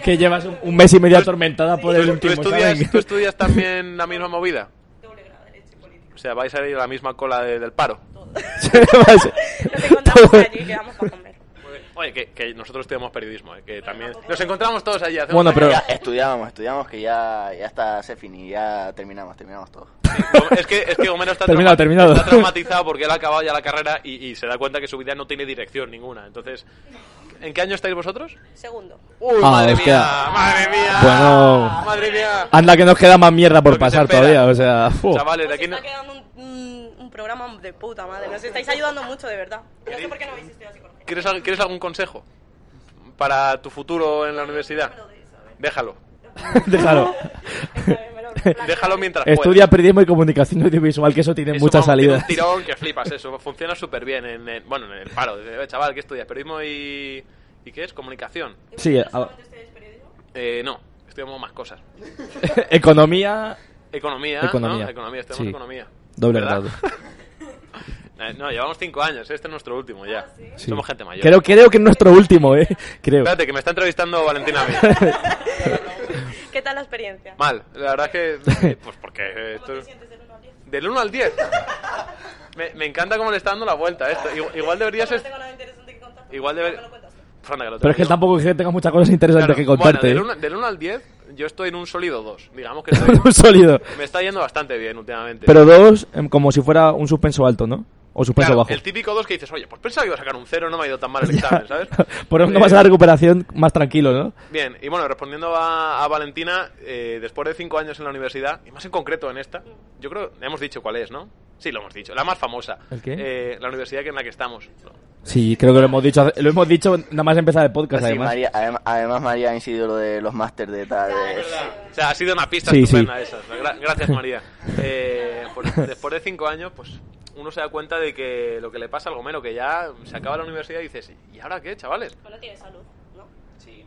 Speaker 1: que llevas un, un mes y medio atormentada por el
Speaker 2: ¿Tú, tú
Speaker 1: último examen.
Speaker 2: estudias, ¿Tú estudias también la misma movida? O sea, vais a ir a la misma cola de- del paro.
Speaker 6: Nos encontramos allí y quedamos para comer.
Speaker 2: Oye, que, que nosotros estudiamos periodismo, eh, que también... Nos encontramos todos allí. hacemos-
Speaker 1: Bueno, pero
Speaker 3: Ya estudiábamos, estudiábamos que ya, ya está, se finí, ya terminamos, terminamos todo.
Speaker 2: Es que, es que Homero está,
Speaker 1: Terminado,
Speaker 2: trauma-
Speaker 1: terminado.
Speaker 2: está traumatizado porque él ha acabado ya la carrera y, y se da cuenta que su vida no tiene dirección ninguna. Entonces, ¿en qué año estáis vosotros?
Speaker 6: Segundo.
Speaker 2: ¡Uy,
Speaker 1: Ah,
Speaker 2: madre
Speaker 1: os
Speaker 2: mía!
Speaker 1: queda-
Speaker 2: ¡Madre mía!
Speaker 1: Bueno. Ah,
Speaker 2: ¡Madre mía!
Speaker 1: anda que nos queda más mierda
Speaker 2: Lo
Speaker 1: por
Speaker 2: que se
Speaker 1: pasar
Speaker 2: espera.
Speaker 1: todavía, o sea, fu.
Speaker 2: Chavales, de
Speaker 6: Os
Speaker 2: aquí no...
Speaker 6: está quedando un, un- un programa de puta madre. Nos estáis ayudando mucho, de verdad. No sé por qué no habéis estudiado psicología.
Speaker 2: ¿Quieres, al- ¿Quieres algún consejo para tu futuro en la universidad? Déjalo.
Speaker 1: Déjalo.
Speaker 2: Déjalo mientras puedas.
Speaker 1: Estudia periodismo y comunicación audiovisual, que eso tiene
Speaker 2: Eso,
Speaker 1: muchas
Speaker 2: vamos, tiene
Speaker 1: salidas.
Speaker 2: Un tirón que flipas, eso. Funciona súper bien en el, bueno, en el paro. Dice, "Eh, chaval, ¿qué estudias? Periodismo y... ¿Y qué es? Comunicación.
Speaker 1: Sí, a-
Speaker 2: Eh, no, estudiamos más cosas.
Speaker 1: economía,
Speaker 2: Economía,
Speaker 1: Economía.
Speaker 2: ¿no? Economía, estudiamos
Speaker 1: Sí.
Speaker 2: economía.
Speaker 1: doble
Speaker 2: ¿Verdad?
Speaker 1: grado.
Speaker 2: Eh, no, llevamos cinco años, este es nuestro último ya.
Speaker 1: Sí.
Speaker 2: Somos gente mayor.
Speaker 1: Creo, creo que es nuestro último, eh. Creo.
Speaker 2: Espérate, que me está entrevistando Valentina a mí.
Speaker 6: ¿Qué tal la experiencia?
Speaker 2: Mal, la verdad es que... Pues porque... eh, esto- Del 1 al 10. Me, me encanta cómo le está dando la vuelta a esto. Igual, igual deberías... est- Igual debe- Pues anda, que lo
Speaker 1: Pero es que
Speaker 2: tengo yo.
Speaker 1: tampoco es que tengas muchas cosas interesantes
Speaker 2: Claro,
Speaker 1: que contarte.
Speaker 2: Bueno,
Speaker 1: eh.
Speaker 2: del 1 del 1 al 10, yo estoy en un sólido 2. Digamos que estoy-
Speaker 1: Un sólido.
Speaker 2: me está yendo bastante bien últimamente.
Speaker 1: Pero dos, em, como si fuera un suspenso alto, ¿no? O suspenso
Speaker 2: Claro,
Speaker 1: bajo.
Speaker 2: El típico 2 que dices, oye, pues pensaba que iba a sacar un 0, no me ha ido tan mal el
Speaker 1: Ya.
Speaker 2: examen, ¿sabes?
Speaker 1: Por eso
Speaker 2: Eh,
Speaker 1: vas a la recuperación más tranquilo, ¿no?
Speaker 2: Bien, y bueno, respondiendo a, a Valentina, eh, después de 5 años en la universidad, y más en concreto en esta, yo creo, le hemos dicho cuál es, ¿no? Sí, lo hemos dicho, la más famosa.
Speaker 1: ¿El qué?
Speaker 2: Eh, la universidad que en la que estamos.
Speaker 1: Sí, creo que lo hemos dicho, lo hemos dicho nada más empezar el podcast,
Speaker 3: Sí,
Speaker 1: además.
Speaker 3: María, adem- además María ha incidido lo de los máster de tal. de-
Speaker 2: O sea, ha sido una pista
Speaker 1: Sí,
Speaker 2: estupenda
Speaker 1: sí.
Speaker 2: esa. Gra- gracias, María. Eh, por- después de cinco años, pues uno se da cuenta de que lo que le pasa al gomero, que ya se acaba la universidad y dices, ¿y ahora qué, chavales?
Speaker 6: Bueno, tienes salud, ¿no?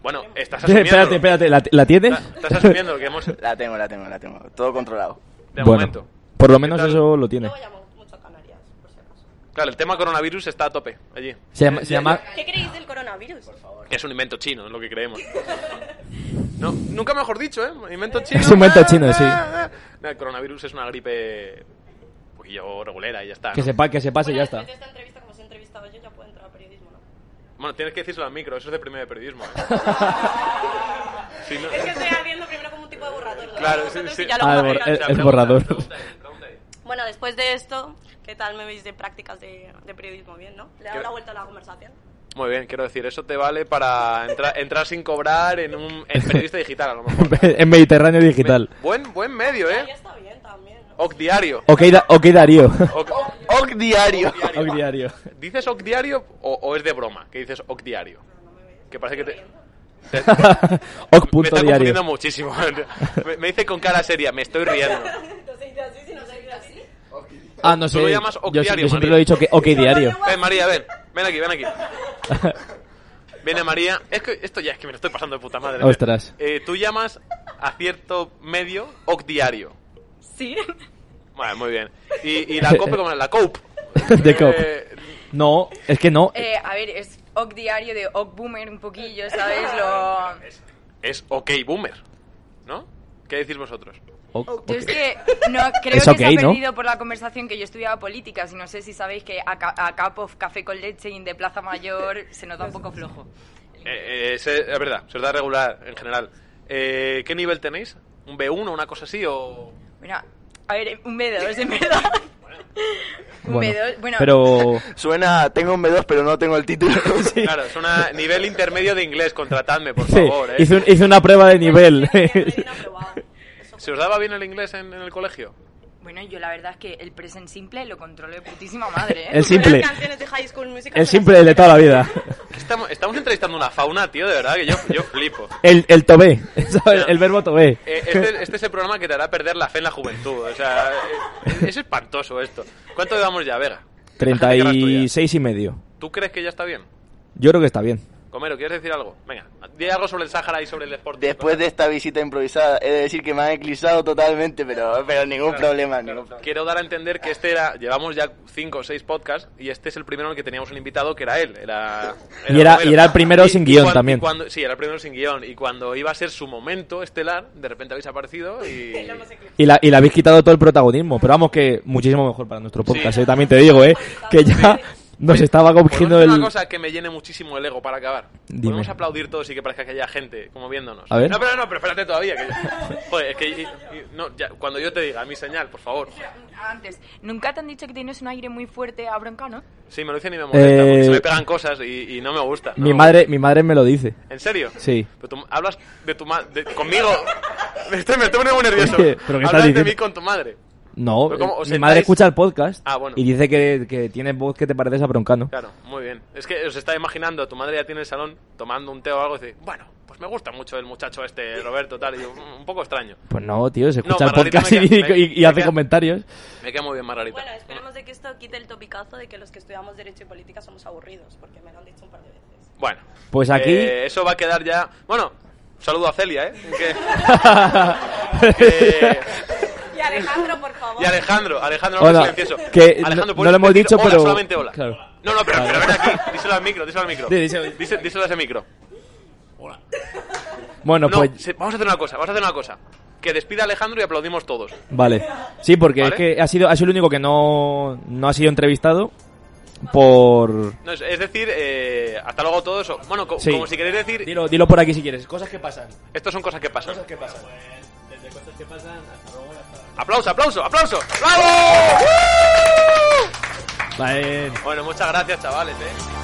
Speaker 2: Bueno, estás asumiendo.
Speaker 1: Espérate, espérate, ¿la, la tienes?
Speaker 2: Estás asumiendo que hemos... De
Speaker 3: La tengo, la tengo, la tengo. Todo controlado.
Speaker 2: momento.
Speaker 1: por lo menos
Speaker 2: ¿Qué tal?
Speaker 1: eso lo tiene.
Speaker 6: Luego llamo mucho a Canarias, por si acaso.
Speaker 2: Claro, el tema coronavirus está a tope allí.
Speaker 1: Se llama, se llama-
Speaker 6: ¿Qué creéis del coronavirus.
Speaker 2: Es un invento chino, es lo que creemos. No, nunca mejor dicho, ¿eh? Invento chino.
Speaker 1: Es un invento chino, sí.
Speaker 2: No, el coronavirus es una gripe un poquillo regulera y ya está. ¿no?
Speaker 1: Que se, pa- que se pase y ya
Speaker 6: Bueno,
Speaker 1: está.
Speaker 6: después de esta entrevista, como se he entrevistado yo, ya puedo entrar a periodismo, ¿no?
Speaker 2: Bueno, tienes que decirlo al micro, eso es de primero de periodismo. ¿eh? Sí, no-
Speaker 6: Es que estoy haciendo primero como un tipo de borrador. ¿no?
Speaker 2: Claro, sí,
Speaker 6: Entonces,
Speaker 2: sí.
Speaker 6: ya lo
Speaker 1: Ah, el,
Speaker 6: borraré
Speaker 1: bor-
Speaker 6: al
Speaker 1: el-
Speaker 2: O
Speaker 1: el
Speaker 2: sea, pregunta,
Speaker 1: borrador.
Speaker 2: pregunta ahí, pregunta ahí.
Speaker 6: Bueno, después de esto, ¿qué tal me veis de prácticas de, de periodismo? Bien, ¿no? Le he dado
Speaker 2: ¿Qué-
Speaker 6: la vuelta a la conversación.
Speaker 2: Muy bien, quiero decir, eso te vale para entra- entrar sin cobrar en un en periodista digital, a lo mejor.
Speaker 1: en Mediterráneo Digital.
Speaker 2: Buen, buen medio,
Speaker 6: Ahí
Speaker 2: ¿eh?
Speaker 6: está bien también, ¿no?
Speaker 2: Oc diario.
Speaker 1: Ok, da- ok, Darío.
Speaker 2: Oc,
Speaker 3: Oc diario.
Speaker 1: Ok, Darío.
Speaker 2: ¿Dices Oc diario o, o es de broma? Que dices Oc diario. Que parece que te... te-
Speaker 1: Ok,
Speaker 2: me
Speaker 1: punto
Speaker 2: está confundiendo
Speaker 1: diario.
Speaker 2: muchísimo. Me, me dice con cara seria, me estoy riendo.
Speaker 6: Entonces, así, si no soy así.
Speaker 1: Ah, no
Speaker 2: Tú
Speaker 1: sé.
Speaker 2: lo
Speaker 1: Yo,
Speaker 2: llamas ok
Speaker 1: yo
Speaker 2: diario,
Speaker 1: siempre
Speaker 2: María.
Speaker 1: lo he dicho que ok, diario.
Speaker 2: Ven, María, ven. Ven aquí, ven aquí. Viene María. Es que esto ya es que me lo estoy pasando de puta madre.
Speaker 1: Ostras.
Speaker 2: Eh, tú llamas a cierto medio Oc diario.
Speaker 6: Sí.
Speaker 2: Vale, muy bien. Y, y la COPE, como la COPE.
Speaker 1: De cop.
Speaker 2: Eh,
Speaker 1: No, es que no.
Speaker 4: Eh, a ver, es ok diario de ok boomer un poquillo, ¿sabes? Lo...
Speaker 2: es OK Boomer, ¿no? ¿Qué decís vosotros?
Speaker 1: Ok,
Speaker 4: oh, Yo es
Speaker 1: ok.
Speaker 4: que no, creo
Speaker 1: Es
Speaker 4: que
Speaker 1: ok,
Speaker 4: se ha
Speaker 1: ¿no?
Speaker 4: perdido por la conversación que yo estudiaba políticas y no sé si sabéis que a, ca- a Capov Café con Leche y de Plaza Mayor se nota un poco flojo.
Speaker 2: Eh, eh, se- es verdad, se os da regular en general. Eh, ¿Qué nivel tenéis? ¿Un B1 una cosa así o...?
Speaker 4: Bueno, a ver, un B2 en verdad. Un
Speaker 1: Bueno,
Speaker 4: B2, bueno,
Speaker 1: Pero.
Speaker 3: Suena, tengo un B2 pero no tengo el título.
Speaker 2: Claro, es una nivel intermedio de inglés, contratadme, por
Speaker 1: Sí,
Speaker 2: favor. ¿eh?
Speaker 1: hice, un- hice una prueba de nivel.
Speaker 2: ¿Se os daba bien el inglés en, en el colegio?
Speaker 4: bueno, yo la verdad es que el present simple lo controlo de putísima madre, ¿eh?
Speaker 1: El simple.
Speaker 6: Las canciones de High School Musical.
Speaker 1: El
Speaker 6: son
Speaker 1: simple de toda la vida.
Speaker 2: Estamos, estamos entrevistando una fauna, tío, de verdad, que yo, yo flipo.
Speaker 1: El, el tobé. ¿sabes? El verbo tobé.
Speaker 2: Eh, este, este es el programa que te hará perder la fe en la juventud. O sea, es, es espantoso esto. ¿Cuánto llevamos ya, Vega?
Speaker 1: 36 y medio.
Speaker 2: ¿Tú crees que ya está bien?
Speaker 1: Yo creo que está bien.
Speaker 2: Comero, ¿quieres decir algo? Venga, di algo sobre el Sáhara y sobre el deporte.
Speaker 3: Después de esta visita improvisada, he de decir que me han eclipsado totalmente, pero, pero ningún problema. ningún problema.
Speaker 2: Quiero dar a entender que este era. Llevamos ya cinco o seis podcasts y este es el primero en el que teníamos un invitado que era él. Era,
Speaker 1: Y era-
Speaker 2: Romero.
Speaker 1: y era el primero sin guión
Speaker 2: cuan-
Speaker 1: también.
Speaker 2: y cuando- sí, era el primero sin guión. Y cuando iba a ser su momento estelar, de repente habéis aparecido y.
Speaker 1: Y la, y le habéis quitado todo el protagonismo. Pero vamos que muchísimo mejor para nuestro podcast,
Speaker 2: Sí.
Speaker 1: ¿eh? También te digo, ¿eh? Que ya nos estaba
Speaker 2: Podemos
Speaker 1: cogiendo
Speaker 2: hacer
Speaker 1: el...
Speaker 2: una cosa que me llene muchísimo el ego para acabar.
Speaker 1: Dime.
Speaker 2: Podemos aplaudir todos y que parezca que haya gente como viéndonos.
Speaker 1: A ver.
Speaker 2: No, pero no, pero espérate todavía. Que yo- Joder, es que y- y- no, ya, cuando yo te diga mi señal, por favor.
Speaker 4: Antes, nunca te han dicho que tienes un aire muy fuerte a bronca, ¿no?
Speaker 2: Sí, me lo dicen y me molesta,
Speaker 1: Eh,
Speaker 2: porque se me pegan cosas y, y no me gusta. no
Speaker 1: Mi
Speaker 2: me
Speaker 1: madre, mi madre me lo dice.
Speaker 2: gusta. ¿En serio?
Speaker 1: Sí.
Speaker 2: Pero tú hablas de tu madre. Conmigo. Me estoy, me estoy poniendo muy nervioso.
Speaker 1: Oye, ¿pero qué estás
Speaker 2: hablas de
Speaker 1: diciendo?
Speaker 2: mí con tu madre.
Speaker 1: No,
Speaker 2: Pero ¿cómo? ¿Os
Speaker 1: mi madre
Speaker 2: sentáis?
Speaker 1: escucha el podcast
Speaker 2: Ah, bueno.
Speaker 1: y dice que, que tienes voz que te pareces a Broncano.
Speaker 2: Claro, muy bien. Es que os está imaginando, tu madre ya tiene el salón tomando un té o algo y dice, bueno, pues me gusta mucho el muchacho este, Roberto, tal. Y yo, "Mm, un poco extraño.
Speaker 1: Pues no, tío, se
Speaker 2: No,
Speaker 1: escucha el
Speaker 2: Margarita
Speaker 1: podcast
Speaker 2: me
Speaker 1: y,
Speaker 2: queda- me-
Speaker 1: y- y
Speaker 2: me
Speaker 1: hace
Speaker 2: queda-
Speaker 1: comentarios.
Speaker 2: Me queda muy bien, Margarita.
Speaker 6: Bueno, esperemos de que esto quite el topicazo de que los que estudiamos Derecho y Política somos aburridos, porque me lo han dicho un par de veces.
Speaker 2: Bueno,
Speaker 1: Pues aquí-
Speaker 2: eh, eso va a quedar ya. Bueno, saludo a Celia, ¿eh? Que- que-
Speaker 6: Y Alejandro, por favor.
Speaker 2: y Alejandro, Alejandro,
Speaker 1: Hola,
Speaker 2: hombre silencioso.
Speaker 1: que
Speaker 2: Alejandro,
Speaker 1: no-
Speaker 2: ¿puedes
Speaker 1: no lo hemos
Speaker 2: decir
Speaker 1: dicho,
Speaker 2: hola,
Speaker 1: pero-
Speaker 2: solamente hola.
Speaker 1: claro.
Speaker 2: No, no, pero, pero ven aquí, díselo al micro, díselo al micro.
Speaker 1: Sí, díselo.
Speaker 2: Díse- díselo a ese micro.
Speaker 1: Bueno,
Speaker 2: No,
Speaker 1: pues...
Speaker 2: se- vamos a hacer una cosa, vamos a hacer una cosa. Que despida a Alejandro y aplaudimos todos.
Speaker 1: Vale. Sí, porque
Speaker 2: ¿Vale?
Speaker 1: es que ha sido, ha sido el único que no, no ha sido entrevistado por...
Speaker 2: No, es, es decir, eh, hasta luego todos. o- Bueno, co-
Speaker 1: Sí.
Speaker 2: como si queréis decir,
Speaker 1: Dilo, dilo por aquí si quieres. Cosas que pasan.
Speaker 2: Estas son cosas que pasan.
Speaker 1: que pasan.
Speaker 2: Aplauso, aplauso, aplauso. ¡Bravo!
Speaker 1: Vale.
Speaker 2: Bueno, muchas gracias, chavales, eh.